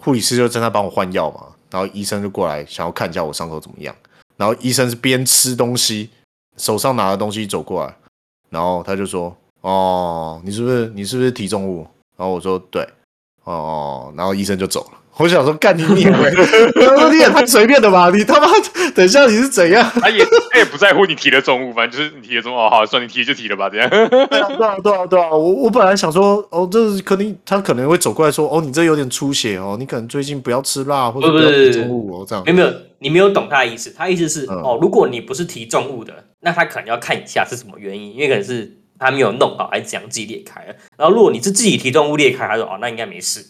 [SPEAKER 2] 护理师就正在帮我换药嘛，然后医生就过来想要看一下我伤口怎么样，然后医生是边吃东西，手上拿着东西走过来，然后他就说：“哦，你是不是你是不是提重物？”然后我说：“对。”哦，然后医生就走 了。我想说，干你娘欸！他说你也太随便了吧！你他妈，等一下你是怎 样？
[SPEAKER 3] 他也他也不在乎你提的重物，反正就是你提的重物，哦，好，算你提就提了吧，这样。
[SPEAKER 2] 对啊，对啊，对啊，对啊！我我本来想说，哦，这是肯定他可能会走过来说，哦，你这有点出血哦，你可能最近不要吃辣或者
[SPEAKER 1] 不
[SPEAKER 2] 不
[SPEAKER 1] 是
[SPEAKER 2] 要
[SPEAKER 1] 不是
[SPEAKER 2] 吃重物哦，这样
[SPEAKER 1] 没。有没有，你没有懂他的意思。他意思是、
[SPEAKER 2] 嗯
[SPEAKER 1] 哦，如果你不是提重物的，那他可能要看一下是什么原因，因为可能是他没有弄好，还是怎样自己裂开了。然后如果你是自己提重物裂开，他说哦，那应该没事。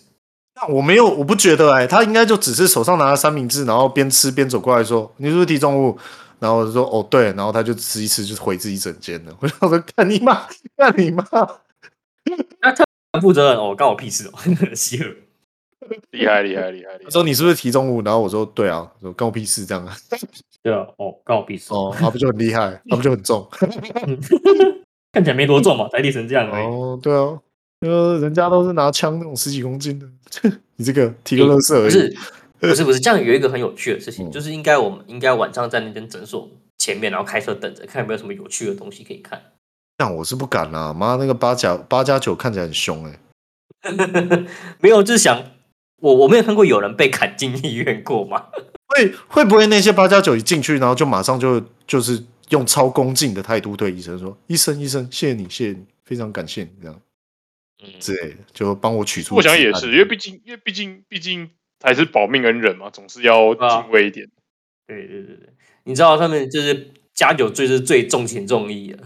[SPEAKER 2] 那我没有，我不觉得哎、他应该就只是手上拿着三明治，然后边吃边走过来说，你是不是提重物？然后我就说，哦，对，然后他就吃一吃就回自己整间了。我 想说，干你妈，干你妈！
[SPEAKER 1] 负责任哦，干 我屁事哦，稀了。
[SPEAKER 3] 厉害厉害厉害厉
[SPEAKER 2] 他
[SPEAKER 3] 害！
[SPEAKER 2] 说你是不是提重物？然后我说对啊，我说关我屁事这样啊。
[SPEAKER 1] 对啊，哦，干我屁事。
[SPEAKER 2] 哦，他不就很厉害，他不就很重？
[SPEAKER 1] 看起来没多重嘛，才裂成这样而已。
[SPEAKER 2] 哦，对啊，呃，人家都是拿枪那种十几公斤的， 你这个提个乐色而已。
[SPEAKER 1] 不 是，不是，不是，这样有一个很有趣的事情，
[SPEAKER 2] 嗯
[SPEAKER 1] 就是应该我们应该晚上在那间诊所前面，然后开车等着，看有没有什么有趣的东西可以看。
[SPEAKER 2] 但我是不敢啦、妈那个八加八加九看起来很凶哎、
[SPEAKER 1] 没有，就是想我我没有看过有人被砍进医院过嘛。
[SPEAKER 2] 会会不会那些八加九一进去，然后就马上就就是用超恭敬的态度对医生说：“医生，医生，谢谢你，谢谢你，非常感谢你。”这样
[SPEAKER 1] 嗯，
[SPEAKER 2] 之类的，就帮我取出。
[SPEAKER 3] 我想也是，因为毕竟因为毕竟毕竟还是保命恩人嘛，总是要
[SPEAKER 1] 对啊
[SPEAKER 3] 敬畏一点。
[SPEAKER 1] 对对对对，你知道他们就是加酒醉是最重情重义的，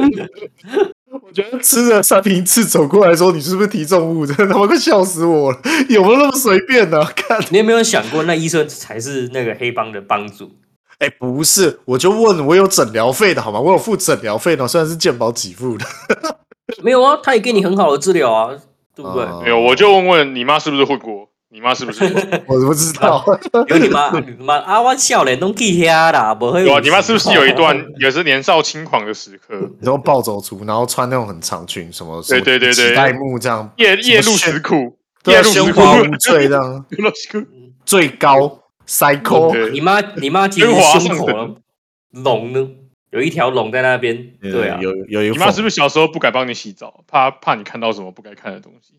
[SPEAKER 2] 我觉得吃了三明治走过来说：“你是不是提重物？”真的他妈快笑死我了！有没有那么随便呢、看，
[SPEAKER 1] 你有没有想过那医生才是那个黑帮的帮主？
[SPEAKER 2] 哎、不是，我就问我有诊疗费的好吗？我有付诊疗费的，虽然是健保给付的。
[SPEAKER 1] 没有啊，他也给你很好的治疗啊，对不对？
[SPEAKER 2] 哦
[SPEAKER 3] 没有，我就问问你妈是不是混过？你妈是不是混 过？
[SPEAKER 2] 我怎么知道？
[SPEAKER 1] 有你妈， 你妈啊，我笑脸都去遐啦，不会。
[SPEAKER 3] 对啊，你妈是不是有一段也是年少轻狂的时刻？
[SPEAKER 2] 你说暴走族，然后穿那种很长裙，什么什么
[SPEAKER 3] 对对对对
[SPEAKER 2] 乞丐木这样，
[SPEAKER 3] 夜夜路
[SPEAKER 2] 炫
[SPEAKER 3] 食苦，
[SPEAKER 2] 对
[SPEAKER 3] 夜
[SPEAKER 2] 啊，
[SPEAKER 3] 路食
[SPEAKER 2] 喧
[SPEAKER 3] 苦，
[SPEAKER 2] 哗无罪这样，
[SPEAKER 3] 夜路食苦，
[SPEAKER 2] 最高 cycle，
[SPEAKER 3] 对
[SPEAKER 1] 你妈，你妈其实
[SPEAKER 3] 跟华
[SPEAKER 1] 胸口
[SPEAKER 3] 盛
[SPEAKER 1] 的龙呢，有一条龙在那边。对啊，
[SPEAKER 2] 有有一个
[SPEAKER 3] 你妈是
[SPEAKER 2] 缝，
[SPEAKER 3] 不是小时候不敢帮你洗澡，怕怕你看到什么不该看的东西？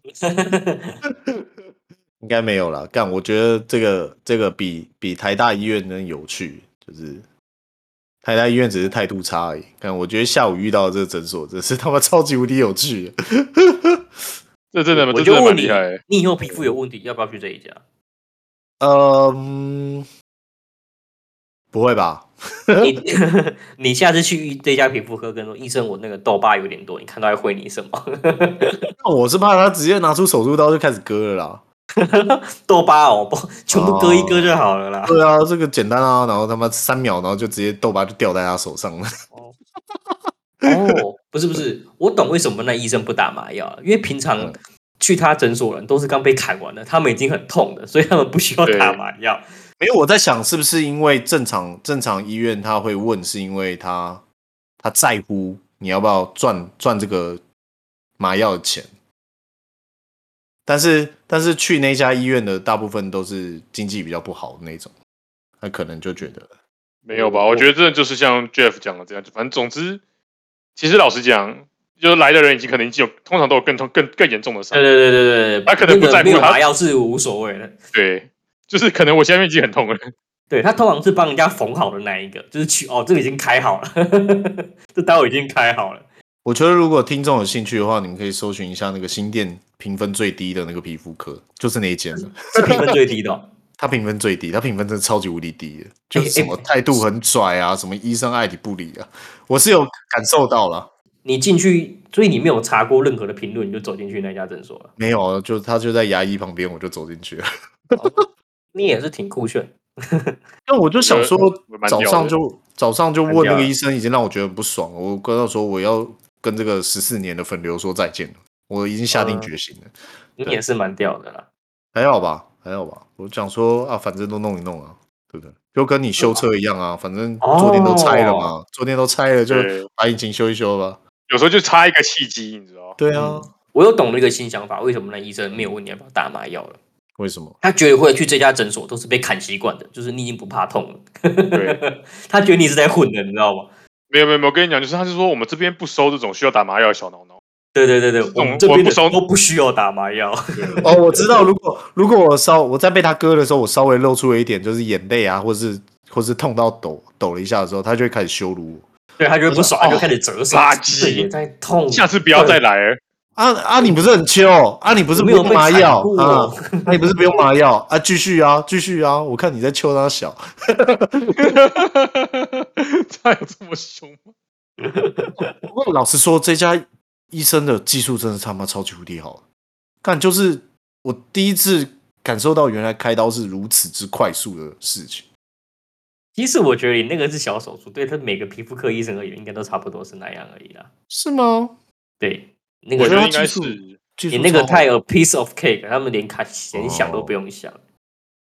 [SPEAKER 2] 应该没有啦。干，我觉得这个这个比比台大医院更有趣，就是台大医院只是态度差而已。干，我觉得下午遇到的这个诊所真是他妈超级无敌有趣的。
[SPEAKER 3] 这真的，这
[SPEAKER 1] 我
[SPEAKER 3] 真
[SPEAKER 1] 就
[SPEAKER 3] 的蛮
[SPEAKER 1] 问你
[SPEAKER 3] 厉害的。，欸
[SPEAKER 1] 你以后皮肤有问题，要不要去这一家？
[SPEAKER 2] 嗯，不会吧？
[SPEAKER 1] 你你下次去这家皮肤科，跟说医生，我那个痘疤有点多，你看到会回你什么？
[SPEAKER 2] 那我是怕他直接拿出手术刀就开始割了啦。
[SPEAKER 1] 痘疤哦，不，全部割一割就好了啦。
[SPEAKER 2] 对啊，这个简单啊，然后他妈三秒，然后就直接豆瓣就掉在他手上了。
[SPEAKER 1] 哦，不是不是，我懂为什么那医生不打麻药了，因为平常
[SPEAKER 2] 嗯
[SPEAKER 1] 去他诊所的人都是刚被砍完的，他们已经很痛了，所以他们不需要
[SPEAKER 3] 对
[SPEAKER 1] 打麻药。
[SPEAKER 2] 没有，我在想是不是因为正常正常医院他会问，是因为他他在乎你要不要赚赚这个麻药的钱。但是但是去那家医院的大部分都是经济比较不好的那种，那可能就觉得
[SPEAKER 3] 没有吧？
[SPEAKER 1] 我
[SPEAKER 3] 我觉得真的就是像 Jeff 讲的这样，反正总之，其实老实讲，就是来的人已经可能已经有，通常都有更痛、更更严重的伤
[SPEAKER 1] 对。对对对对，
[SPEAKER 3] 他可能
[SPEAKER 1] 那个
[SPEAKER 3] 不在乎
[SPEAKER 1] 没有
[SPEAKER 3] 他
[SPEAKER 1] 麻药是无所谓的。
[SPEAKER 3] 对，就是可能我下面已经很痛了。
[SPEAKER 1] 对他通常是帮人家缝好的那一个，就是去哦，这个已经开好了， 这刀已经开好了。
[SPEAKER 2] 我觉得如果听众有兴趣的话，你们可以搜寻一下那个新店评分最低的那个皮肤科，就是那一间了。
[SPEAKER 1] 是评分最低的、哦。
[SPEAKER 2] 他评分最低，他评分真的超级无敌低的，就是
[SPEAKER 1] 哎
[SPEAKER 2] 什么态度很拽啊，什么医生爱理不理啊，我是有感受到了。
[SPEAKER 1] 你进去，所以你没有查过任何的评论，你就走进去那家诊所了。
[SPEAKER 2] 没有，啊就他就在牙医旁边，我就走进去了。
[SPEAKER 1] 你也是挺酷炫，
[SPEAKER 2] 那我就想说
[SPEAKER 3] 我，蛮
[SPEAKER 2] 早
[SPEAKER 3] 屌的
[SPEAKER 2] 上就早上就问
[SPEAKER 1] 蛮屌
[SPEAKER 2] 那
[SPEAKER 1] 的
[SPEAKER 2] 个医生，已经让我觉得很不爽了。我跟他说我要跟这个十四年的粉瘤说再见了，我已经下定
[SPEAKER 1] 嗯
[SPEAKER 2] 决心了。
[SPEAKER 1] 你也是蛮屌的啦。
[SPEAKER 2] 还好吧，还好吧。我讲说啊，反正都弄一弄啊，对不对？就跟你修车一样啊，反正坐垫都拆了
[SPEAKER 1] 哦
[SPEAKER 2] 嘛，坐垫都拆了就
[SPEAKER 3] 对
[SPEAKER 2] 把引擎修一修吧。
[SPEAKER 3] 有时候就差一个契机，你知道？
[SPEAKER 2] 对啊，
[SPEAKER 1] 嗯我又懂了一个新想法，为什么那医生没有问你要不要打麻药了？
[SPEAKER 2] 为什么？
[SPEAKER 1] 他觉得会去这家诊所都是被砍习惯的，就是你已经不怕痛了
[SPEAKER 3] 对。
[SPEAKER 1] 他觉得你是在混的，你知道吗？
[SPEAKER 3] 没有没有没有，我跟你讲，就是他是说我们这边不收这种需要打麻药的小挠
[SPEAKER 1] 哦
[SPEAKER 3] 挠，
[SPEAKER 1] 对对对对，我们这
[SPEAKER 3] 我
[SPEAKER 1] 边
[SPEAKER 3] 不
[SPEAKER 1] 的
[SPEAKER 3] 收
[SPEAKER 1] 都不需要打麻药。
[SPEAKER 2] 哦，我知道，如果如果我稍我在被他割的时候，我稍微露出了一点就是眼泪啊，或是或是痛到抖抖了一下的时候，他就会开始羞辱我。
[SPEAKER 1] 对他就会不爽，
[SPEAKER 3] 我说
[SPEAKER 1] 他就开始折手，
[SPEAKER 3] 哦垃圾
[SPEAKER 1] 这也在痛，
[SPEAKER 3] 下次不要再来欸了。
[SPEAKER 2] 啊啊！你不是很秋啊？你不是不
[SPEAKER 1] 没有
[SPEAKER 2] 用
[SPEAKER 1] 被哦
[SPEAKER 2] 麻
[SPEAKER 1] 砍
[SPEAKER 2] 药
[SPEAKER 1] 过
[SPEAKER 2] 啊？啊，你不是不用麻药啊？继续啊，继续啊！我看你在秋他小，
[SPEAKER 3] 他有这么凶吗？
[SPEAKER 2] 不过老实说，这家医生的技术真的他妈超级无敌好，但就是我第一次感受到原来开刀是如此之快速的事情。
[SPEAKER 1] 其实我觉得你那个是小手术，对他每个皮肤科医生而言，应该都差不多是那样而已啦。
[SPEAKER 2] 是吗？
[SPEAKER 1] 对，那
[SPEAKER 3] 我觉
[SPEAKER 1] 个
[SPEAKER 3] 得
[SPEAKER 2] 他
[SPEAKER 3] 应该
[SPEAKER 2] 技术
[SPEAKER 3] 是
[SPEAKER 2] 技术
[SPEAKER 1] 你那个
[SPEAKER 2] 超好
[SPEAKER 1] 太 a piece of cake，他们连
[SPEAKER 2] 哦
[SPEAKER 1] 看连想都不用想。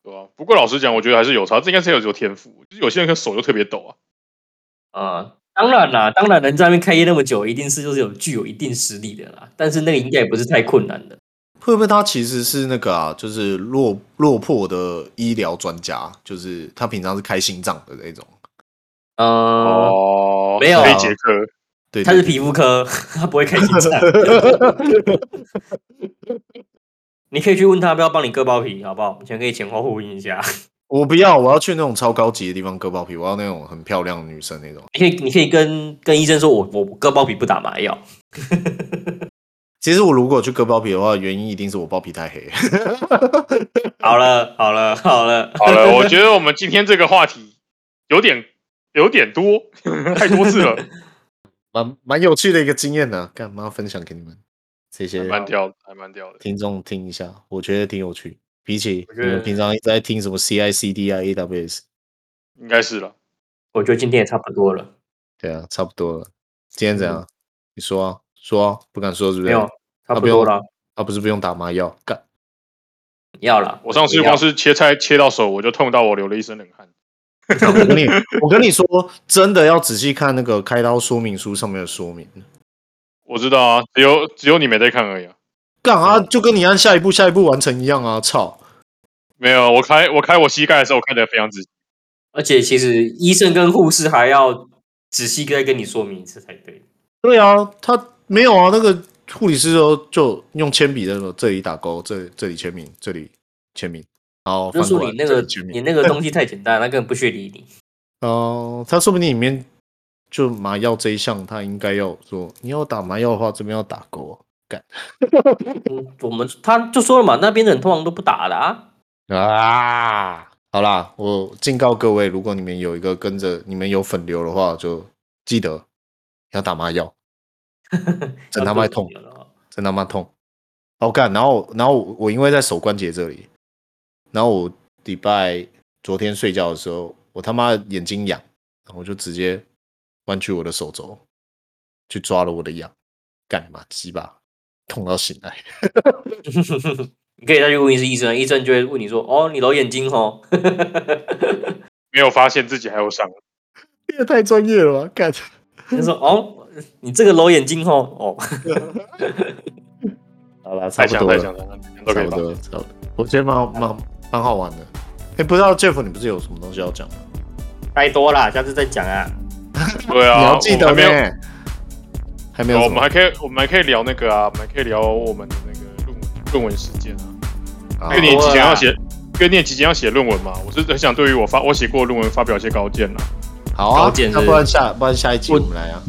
[SPEAKER 3] 对吧、啊不过老实讲，我觉得还是有差，这应该是有有天赋，就是有些人可能手就特别抖啊。
[SPEAKER 1] 啊、当然啦，当然能在那边开业那么久，一定是就是有具有一定实力的啦。但是那个应该也不是太困难的。
[SPEAKER 2] 会不会他其实是那个啊，就是落落魄的医疗专家，就是他平常是开心脏的那种。
[SPEAKER 1] 呃，
[SPEAKER 3] 哦
[SPEAKER 1] 没有啊
[SPEAKER 3] 黑杰克，
[SPEAKER 2] 对，
[SPEAKER 1] 他
[SPEAKER 2] 对
[SPEAKER 1] 是
[SPEAKER 2] 对
[SPEAKER 1] 皮肤科，他不会开心脏。 你可以去问他要不要帮你割包皮，好不好？我们先可以前后呼应一下。
[SPEAKER 2] 我不要，我要去那种超高级的地方割包皮，我要那种很漂亮的女生那种。
[SPEAKER 1] 你可以，你可以跟跟医生说我，我割包皮不打麻药。
[SPEAKER 2] 其实我如果去割包皮的话，原因一定是我包皮太 黑。
[SPEAKER 1] 好了，好了，好了，
[SPEAKER 3] 好了，我觉得我们今天这个话题有点有点多， 太多次 了，
[SPEAKER 2] 蛮蛮有趣的一个经验呢、啊，干嘛分享给你们这些
[SPEAKER 1] 啊
[SPEAKER 3] 还蛮屌的，还蛮屌的。
[SPEAKER 2] 听众听一下？我觉得挺有趣。比起
[SPEAKER 1] 我
[SPEAKER 2] 你
[SPEAKER 1] 觉得
[SPEAKER 2] 们平常一直在听什么 CICD 啊、AWS，
[SPEAKER 3] 应该是了。
[SPEAKER 1] 我觉得今天也差不多了。
[SPEAKER 2] 对啊，差不多了。今天怎样？你说啊，说啊，不敢说是不
[SPEAKER 1] 嗯没
[SPEAKER 2] 是？
[SPEAKER 1] 有，差不多了。
[SPEAKER 2] 啊，不是不用打麻药，干。
[SPEAKER 1] 要了，
[SPEAKER 3] 我上次
[SPEAKER 1] 不要
[SPEAKER 3] 光是切菜切到手，我就痛到我流了一身冷汗。
[SPEAKER 2] 我跟你，我跟你说，真的要仔细看那个开刀说明书上面的说明。
[SPEAKER 3] 我知道啊，只有只有你没在看而已啊。
[SPEAKER 2] 干啊，就跟你按下一步、下一步完成一样啊！操，
[SPEAKER 3] 没有，我开我开我膝盖的时候，我看得非常仔细。
[SPEAKER 1] 而且其实医生跟护士还要仔细再跟你说明一次才对。
[SPEAKER 2] 对啊，他没有啊，那个护理师就就用铅笔在那这里打勾，这这里签名，这里签名，然后
[SPEAKER 1] 就是
[SPEAKER 2] 翻过
[SPEAKER 1] 说
[SPEAKER 2] 来
[SPEAKER 1] 你那
[SPEAKER 2] 这
[SPEAKER 1] 个
[SPEAKER 2] 里签
[SPEAKER 1] 你
[SPEAKER 2] 名。
[SPEAKER 1] 那个东西太简单，他根本不屑理你。
[SPEAKER 2] 哦、他说不定里面就麻药这一项，他应该要说，你要打麻药的话，这边要打勾。啊
[SPEAKER 1] 嗯，我们他就说了嘛，那边的人通常都不打的啊。
[SPEAKER 2] 啊，好啦，我警告各位，如果你们有一个跟着你们有粉瘤的话，就记得要打麻药，真他妈痛，真他妈痛。好干，然后然后我我因为在手关节这里，然后我礼拜昨天睡觉的时候，我他妈眼睛痒，然后我就直接弯曲我的手肘去抓了我的痒，干嘛鸡巴痛到醒来。
[SPEAKER 1] 你可以再去问一次医生，医生就会问你说：“哦，你揉眼睛哦。
[SPEAKER 3] 没有发现自己还有伤，
[SPEAKER 2] 你也太专业了吧，干！”
[SPEAKER 1] 他说：“哦，你这个揉眼睛 哦。”哦，
[SPEAKER 2] 好了，差
[SPEAKER 3] 太
[SPEAKER 2] 不
[SPEAKER 3] 强
[SPEAKER 2] 多了
[SPEAKER 3] 太强。了，都可
[SPEAKER 2] 差
[SPEAKER 3] 以
[SPEAKER 2] 不
[SPEAKER 3] 吧。
[SPEAKER 2] 多，差不多。我觉得蛮好蛮蛮好玩的。哎、不知道 Jeff 你不是有什么东西要讲吗？
[SPEAKER 1] 太多啦，下次再讲啊。
[SPEAKER 3] 对啊，
[SPEAKER 2] 你要记得
[SPEAKER 3] 我们还
[SPEAKER 2] 呢，还
[SPEAKER 3] 没有
[SPEAKER 2] 没有
[SPEAKER 3] 哦
[SPEAKER 2] 什
[SPEAKER 3] 我们
[SPEAKER 2] 么
[SPEAKER 3] 还可以，我们还可以聊那个啊，我们还可以聊我们的那个论文论文事件啊。
[SPEAKER 2] 啊
[SPEAKER 3] 因为你
[SPEAKER 1] 多
[SPEAKER 3] 即
[SPEAKER 1] 了
[SPEAKER 3] 将要
[SPEAKER 1] 啦
[SPEAKER 3] 写，因为你也即将要写论文嘛，我是很想对于我发我写过的论文发表一些高见啦。
[SPEAKER 2] 好啊
[SPEAKER 1] 高见，是
[SPEAKER 2] 那不然下不然下一集我
[SPEAKER 1] 问
[SPEAKER 2] 们来啊，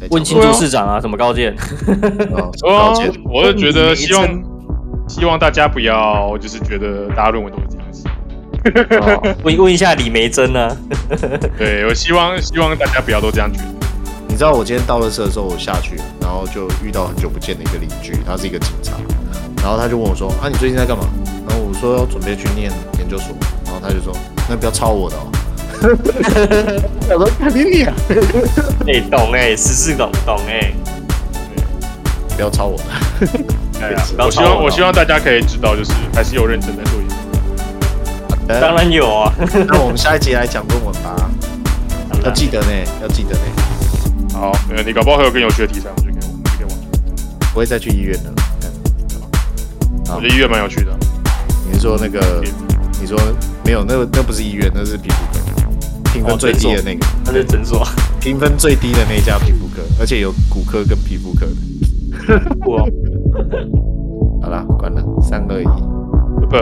[SPEAKER 2] 来讲
[SPEAKER 1] 问清
[SPEAKER 3] 楚
[SPEAKER 1] 楚市长啊，什么高见？
[SPEAKER 2] 啊
[SPEAKER 3] 啊
[SPEAKER 2] 高见，，
[SPEAKER 3] 我是觉得
[SPEAKER 1] 你
[SPEAKER 3] 希望希望大家不要，就是觉得大家论文都是这样写。
[SPEAKER 2] 哦
[SPEAKER 1] 问问一下李梅珍啊 呢、
[SPEAKER 3] 对，我希望希望大家不要都这样觉得。
[SPEAKER 2] 你知道我今天到乐社的时候，我下去，然后就遇到很久不见的一个邻居，他是一个警察，然后他就问我说：“啊，你最近在干嘛？”然后我说要准备去念研究所，然后他就说：“那不要抄我的哦。” 我说：“看你
[SPEAKER 3] 啊
[SPEAKER 2] 脸，
[SPEAKER 1] 哎、懂哎、十四懂懂哎、
[SPEAKER 2] 不要抄我的。”
[SPEAKER 3] 哎呀
[SPEAKER 1] 不要
[SPEAKER 3] 我希
[SPEAKER 1] 吵
[SPEAKER 3] 望
[SPEAKER 1] 我
[SPEAKER 3] 我
[SPEAKER 1] 了
[SPEAKER 3] 希望大家可以知道，就是还是有认真在做研究。
[SPEAKER 2] 呃
[SPEAKER 1] 当然有啊。
[SPEAKER 2] 那我们下一集来讲论文吧，要记得呢，要记得呢，
[SPEAKER 3] 好，呃，你搞不好还有更有趣的题材，我们就给我们就给我，
[SPEAKER 2] 不会再去医院了。
[SPEAKER 3] 我觉得医院蛮有趣的。
[SPEAKER 2] 你是说那个？你说没有？那那不是医院，那是皮肤科，评分最低的那个，
[SPEAKER 1] 他是诊所，
[SPEAKER 2] 评分最低的那一家皮肤科，而且有骨科跟皮肤科的。
[SPEAKER 1] 哇，
[SPEAKER 2] 好啦，关了，三二一。
[SPEAKER 3] 不。